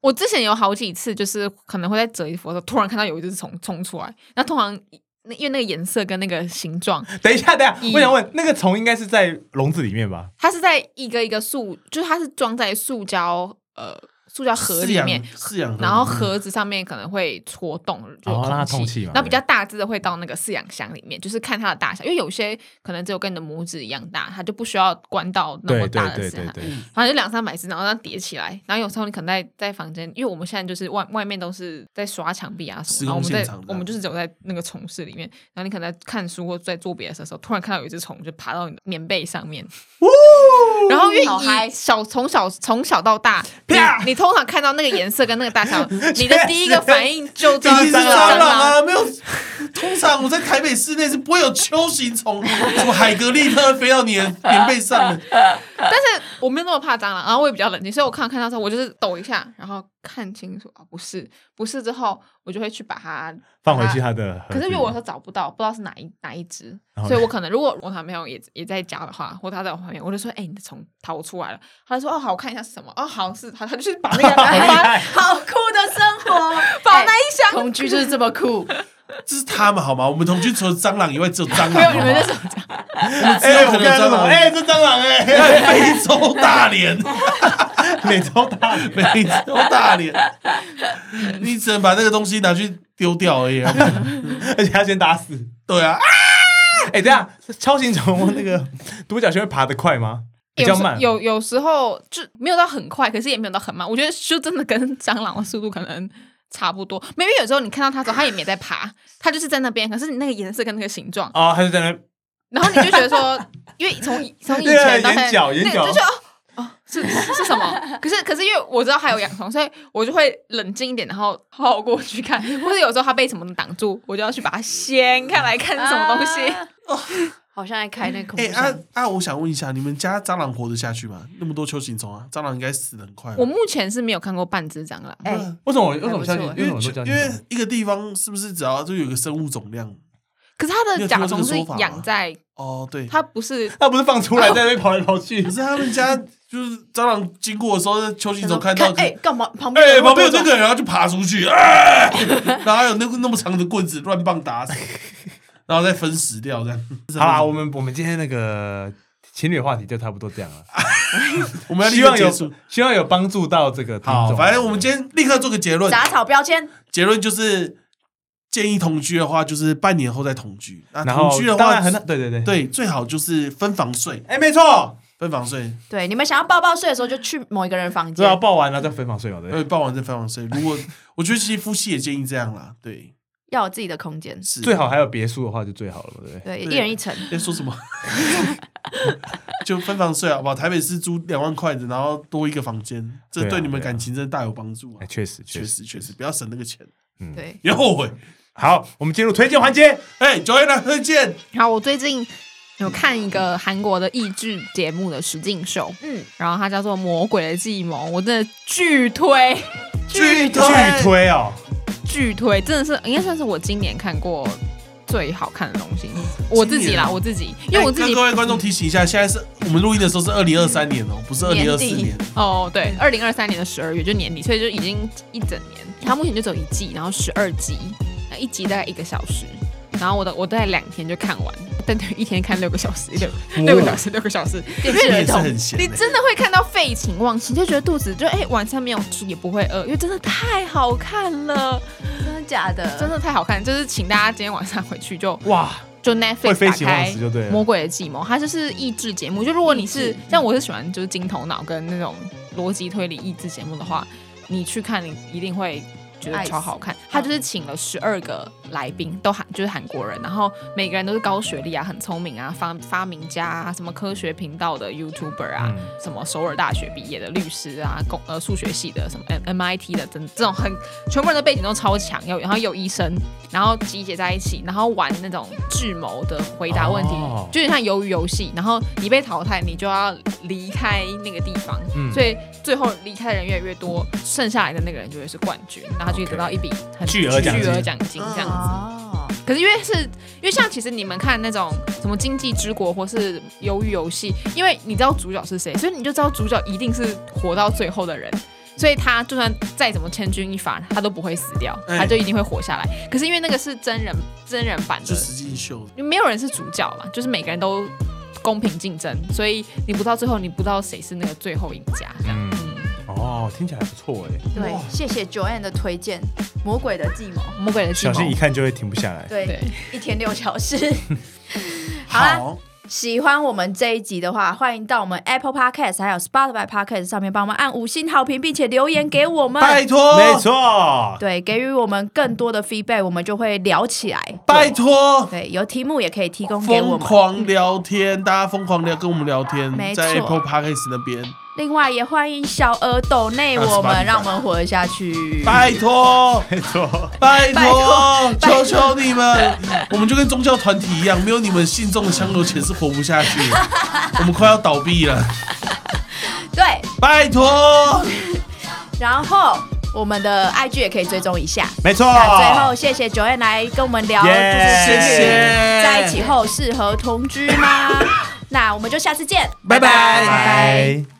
Speaker 3: 我之前有好几次，就是可能会在折衣服的时候，突然看到有一只虫冲出来，那通常那因为那个颜色跟那个形状，
Speaker 1: 等一下，等一
Speaker 3: 咦
Speaker 1: 下，我想问，那个虫应该是在笼子里面吧？
Speaker 3: 它是在一个一个塑，就是它是装在塑胶呃塑胶盒
Speaker 4: 饲
Speaker 3: 里
Speaker 4: 养
Speaker 3: 面。
Speaker 4: 饲养的，
Speaker 3: 然后盒子上面可能会戳洞，就
Speaker 1: 嗯哦让它
Speaker 3: 是
Speaker 1: 通气嘛
Speaker 3: 然
Speaker 1: 对
Speaker 3: 后比较大只的会到那个饲养箱里面，就是看它的大小，因为有些可能只有跟你的拇指一样大，它就不需要关到那么
Speaker 1: 对
Speaker 3: 大
Speaker 1: 对
Speaker 3: 的嗯饲
Speaker 1: 对
Speaker 3: 养箱
Speaker 1: 对。
Speaker 4: [LAUGHS]
Speaker 1: 对，
Speaker 3: 反正就两三百只，然后让它叠起来。然后有时候你可能在在房间，因为我们现在就是外外面都是在刷墙壁啊什
Speaker 4: 施
Speaker 3: 么，然后我
Speaker 4: 工
Speaker 3: 们
Speaker 4: 现
Speaker 3: 在
Speaker 4: 场这样
Speaker 3: 我们就是只有在那个虫室里面，然后你可能在看书或在做别的事的时候，突然看到有一只虫就爬到你的棉被上面，然后因为
Speaker 2: 好嗨
Speaker 3: 以小从小从小到大，你
Speaker 1: 啪
Speaker 3: 你通常看到那个颜色跟那个大小，你的第一个反应就知道啊
Speaker 1: 就是是
Speaker 3: 是
Speaker 4: 啊
Speaker 1: 蟑螂
Speaker 3: 螂。
Speaker 4: 啊，没有，通常，我在台北市内是不会有秋行虫，什么海格力特飞到你的棉被上的。
Speaker 3: 但是我没有那么怕蟑螂，然后我也比较冷静，所以我看看到之后，我就是抖一下，然后看清楚啊，不是，不是之后，我就会去把它
Speaker 1: 放回去它的盒
Speaker 3: 可
Speaker 1: 子里。
Speaker 3: 是因为我说找不到，不知道是哪一哪一只
Speaker 1: 然，后
Speaker 3: 所以
Speaker 1: 嘞
Speaker 3: 我可能如果我男朋友也也在家的话，或他在我旁边，我就说：“哎、你的虫逃出来了。”他就说：“哦，好，我看一下是什么。”哦，好是，他他就是把
Speaker 1: [LAUGHS]
Speaker 3: 那个把把
Speaker 2: 好酷的生 [LAUGHS] 活，哎
Speaker 3: 把
Speaker 1: 哎
Speaker 3: 那一箱，
Speaker 2: 同居就是这么酷。
Speaker 4: 这是他们好吗？我们同居除了蟑螂以外，只有蟑
Speaker 3: 没有
Speaker 4: 螂。
Speaker 3: 你们那
Speaker 4: 好
Speaker 3: 是
Speaker 4: 吗只
Speaker 1: 哎，
Speaker 4: 有
Speaker 1: 我
Speaker 4: 可
Speaker 1: 刚才说
Speaker 4: 能有蟑
Speaker 1: 什么？
Speaker 4: 螂，
Speaker 1: 哎，这蟑螂哎，
Speaker 4: [LAUGHS] 非洲大连，
Speaker 1: [LAUGHS] 美洲大
Speaker 4: [LAUGHS]
Speaker 1: 人
Speaker 4: 非洲大连，你只能把那个东西拿去丢掉而已啊。
Speaker 1: [LAUGHS] 而且要先打死。
Speaker 4: 对啊，
Speaker 1: 哎，等一下，超行虫那个 [LAUGHS] 独角仙会爬得快吗？比较
Speaker 3: 有时
Speaker 1: 慢。
Speaker 3: 有有时候就没有到很快，可是也没有到很慢。我觉得就真的跟蟑螂的速度可能差不多。因为有时候你看到它的时候，它也没在爬，它就是在那边，可是你那个颜色跟那个形状，
Speaker 1: 啊，他就在那
Speaker 3: 然后你就觉得说，因为从以从以
Speaker 1: 对啊
Speaker 3: 前到现在，
Speaker 1: 眼角
Speaker 3: 对
Speaker 1: 眼角
Speaker 3: 就觉得哦哦是是是什么？可是可是因为我知道还有养虫，所以我就会冷静一点，然后跑过去看，或者有时候它被什么挡住，我就要去把它掀开来看是什么东西。
Speaker 2: [LAUGHS] 啊好像在开那个恐
Speaker 4: 哎
Speaker 2: 怖
Speaker 4: 啊
Speaker 2: 箱
Speaker 4: 啊！我想问一下，你们家蟑螂活得下去吗？那么多秋行虫啊，蟑螂应该死的很快吧。
Speaker 3: 我目前是没有看过半只蟑螂，
Speaker 2: 哎、
Speaker 4: 嗯
Speaker 1: 为什么我？为
Speaker 2: 还
Speaker 1: 什
Speaker 2: 不
Speaker 1: 么相信？
Speaker 2: 错
Speaker 1: 为
Speaker 4: 因
Speaker 1: 什么
Speaker 4: 为
Speaker 1: 说相
Speaker 4: 就因
Speaker 1: 信蟑
Speaker 4: 为
Speaker 1: 螂？
Speaker 4: 一个地方是不是只要就有一个生物总量？
Speaker 3: 可是它
Speaker 4: 你
Speaker 3: 的
Speaker 4: 有听
Speaker 3: 甲
Speaker 4: 过这个
Speaker 3: 虫是
Speaker 4: 说法吗
Speaker 3: 养在，
Speaker 4: 哦，对，
Speaker 3: 它不是
Speaker 1: 他不 [LAUGHS] 是放出来在那边跑来跑 [LAUGHS] 去
Speaker 4: 可？是他们家就是蟑螂经过的时候，邱行总看到
Speaker 2: 想说哎，干嘛旁边有
Speaker 4: 哎，
Speaker 2: 那么
Speaker 4: 旁边有
Speaker 2: 多
Speaker 4: 这
Speaker 2: 种
Speaker 4: 个人，然后就爬出去，哎 [LAUGHS] 然后还有那个那么长的棍子乱棒打死，然后再分食掉这样。
Speaker 1: [LAUGHS] 好啦，我们我们今天那个情侣话题就差不多这样 [LAUGHS] 了。
Speaker 4: 我们要立
Speaker 1: 希
Speaker 4: 刻
Speaker 1: 望
Speaker 4: 结
Speaker 1: 有
Speaker 4: 束。
Speaker 1: 希望有帮助到这个听
Speaker 4: 好，
Speaker 1: 众。
Speaker 4: 反正我们今天立刻做个结论，
Speaker 2: 杂草标签，
Speaker 4: 结论就是建议同居的话，就是半年后再同居。那
Speaker 1: 然
Speaker 4: 同
Speaker 1: 后
Speaker 4: 居的
Speaker 1: 当
Speaker 4: 话
Speaker 1: 然，很对对对，
Speaker 4: 对最好就是分房睡，
Speaker 1: 哎，没错，
Speaker 4: 分房睡，
Speaker 2: 对，你们想要抱抱睡的时候就去某一个人房
Speaker 1: 这要
Speaker 2: 间。
Speaker 1: 报完了再分房睡嘛，对不对。
Speaker 4: 呃，傍晚再分房睡。如果我觉得其实夫妻也建议这样啦，对，
Speaker 2: 要有自己的空间，
Speaker 4: 是
Speaker 1: 最好还有别墅的话就最好了嘛，对不对？
Speaker 2: 对，
Speaker 4: 对
Speaker 2: 一人一层，
Speaker 4: 在说什么？ [LAUGHS] 就分房睡好不好？台北市租两万块的，然后多一个房间，这
Speaker 1: 对啊
Speaker 4: 对你们
Speaker 1: 对啊
Speaker 4: 感情真的大有帮助啊
Speaker 1: 哎，！确实确
Speaker 4: 确
Speaker 1: 实。
Speaker 4: 实确实，不要省那个钱，
Speaker 2: 对，
Speaker 4: 别后悔。
Speaker 1: 好，我们进入推荐环节。
Speaker 4: 哎，Joanna 推荐，
Speaker 3: 然后我最近有看一个韩国的益智节目的实境秀，
Speaker 2: 嗯，
Speaker 3: 然后它叫做《魔鬼的计谋》，我真的巨推
Speaker 1: 巨
Speaker 4: 巨
Speaker 1: 推哦，
Speaker 3: 巨推，真的是应该算是我今年看过最好看的东西。
Speaker 4: 啊
Speaker 3: 我自己啦，我自己，因为我自己
Speaker 4: 哎跟各位观众提醒一下，现在是我们录音的时候是二零二三年哦，不是二
Speaker 2: 年
Speaker 4: 零
Speaker 2: 底
Speaker 4: 二四年。
Speaker 3: 哦，对，二零二三年的十二月就年底，所以就已经一整年。它目前就走一季，然后十二集，呃一集大概一个小时。然后我的我大概两天就看完，但等于一天看六个小时，
Speaker 4: [LAUGHS]
Speaker 3: 六六个小时，六个小时，
Speaker 2: 电
Speaker 4: 你
Speaker 2: 视
Speaker 4: 也
Speaker 2: 儿
Speaker 4: 是
Speaker 2: 童
Speaker 4: 很闲
Speaker 3: 你
Speaker 4: 欸，
Speaker 3: 真的会看到废寝忘食，就觉得肚子就哎、晚餐没有吃也不会饿，因为真的太好看了，
Speaker 2: [LAUGHS] 真的假的？
Speaker 3: 真的太好看。就是请大家今天晚上回去就
Speaker 1: 哇，
Speaker 3: 就
Speaker 1: 会
Speaker 3: Netflix
Speaker 1: 飞
Speaker 3: 打
Speaker 1: 行忘
Speaker 3: 开
Speaker 1: 食就对
Speaker 3: 《
Speaker 1: 了
Speaker 3: 魔鬼的计谋》，它就是益智节目。就如果你
Speaker 2: 益
Speaker 3: 是
Speaker 2: 智
Speaker 3: 像我是喜欢就是金头脑跟那种逻辑推理益智节目的话，你去看你一定会。觉得
Speaker 2: 爱死
Speaker 3: 超好看，他就是请了十二个来宾，都韩就是韩国人，然后每个人都是高学历啊，很聪明啊，发发明家啊，什么科学频道的 YouTuber 啊，
Speaker 1: 嗯
Speaker 3: 什么首尔大学毕业的律师啊，工呃数学系的，什么 M MIT 的，真这种很全部人的背景都超强，有然后有医生，然后集结在一起，然后玩那种智谋的回答问题，
Speaker 1: 哦
Speaker 3: 就有点像鱿鱼游戏。然后你被淘汰，你就要离开那个地方，
Speaker 1: 嗯
Speaker 3: 所以最后离开的人越来越多，剩下来的那个人就会是冠军，然后他就会得到一笔很
Speaker 1: 巨额奖金
Speaker 3: 巨额奖金这样子。
Speaker 2: 哦，
Speaker 3: 可是因为是因为像其实你们看那种什么《经济之国》或是《鱿鱼游戏》，因为你知道主角是谁，所以你就知道主角一定是活到最后的人。所以他就算再怎么千钧一发，他都不会死掉，
Speaker 4: 哎
Speaker 3: 他就一定会活下来。可是因为那个是真人真人版
Speaker 4: 就
Speaker 3: 的，
Speaker 4: 实际秀，
Speaker 3: 没有人是主角嘛，就是每个人都公平竞争，所以你不知道最后，你不知道谁是那个最后赢家这样。
Speaker 1: 嗯
Speaker 3: 嗯
Speaker 1: 哦，听起来不错哎，
Speaker 2: 对，谢谢 Joanne 的推荐，《魔鬼的计谋》，
Speaker 3: 魔鬼的计
Speaker 1: 小
Speaker 3: 谋，
Speaker 1: 心一看就会停不下来。
Speaker 2: 对，
Speaker 3: 对，
Speaker 2: 一天六小
Speaker 4: [LAUGHS]
Speaker 2: 时。好啊啦
Speaker 4: 好，
Speaker 2: 喜欢我们这一集的话，欢迎到我们 Apple Podcast 还有 Spotify Podcast 上面帮我们按五星好评，并且留言给我们。
Speaker 4: 拜托，
Speaker 1: 没，错，
Speaker 2: 对，给予我们更多的 feedback，我们就会聊起来。
Speaker 4: 拜托，
Speaker 2: 对，有题目也可以提供给我们。
Speaker 4: 疯狂聊天，大家疯狂聊，跟我们聊天
Speaker 2: 没，错
Speaker 4: 在 Apple Podcast 那边，
Speaker 2: 另外，也欢迎小额抖内我
Speaker 4: 那是吧
Speaker 2: 们，让我们活得下去。
Speaker 4: 拜托，
Speaker 1: 没错。
Speaker 4: 拜
Speaker 2: 拜
Speaker 4: 托，求求你没有，我们就跟宗教团体一样，没有你们信众的香油钱是活不下去的，我们快要倒闭了，
Speaker 2: 对，
Speaker 4: 拜托。
Speaker 2: 然后我们的 IG 也可以追踪一下。
Speaker 1: 没错。
Speaker 2: 那最后，谢谢九燕来跟我们聊，就是
Speaker 1: 耶
Speaker 2: 情
Speaker 4: 哦谢谢
Speaker 2: 侣在 [LAUGHS] 一起后适合同居吗？那我们就下次见，
Speaker 4: 拜拜
Speaker 1: 拜。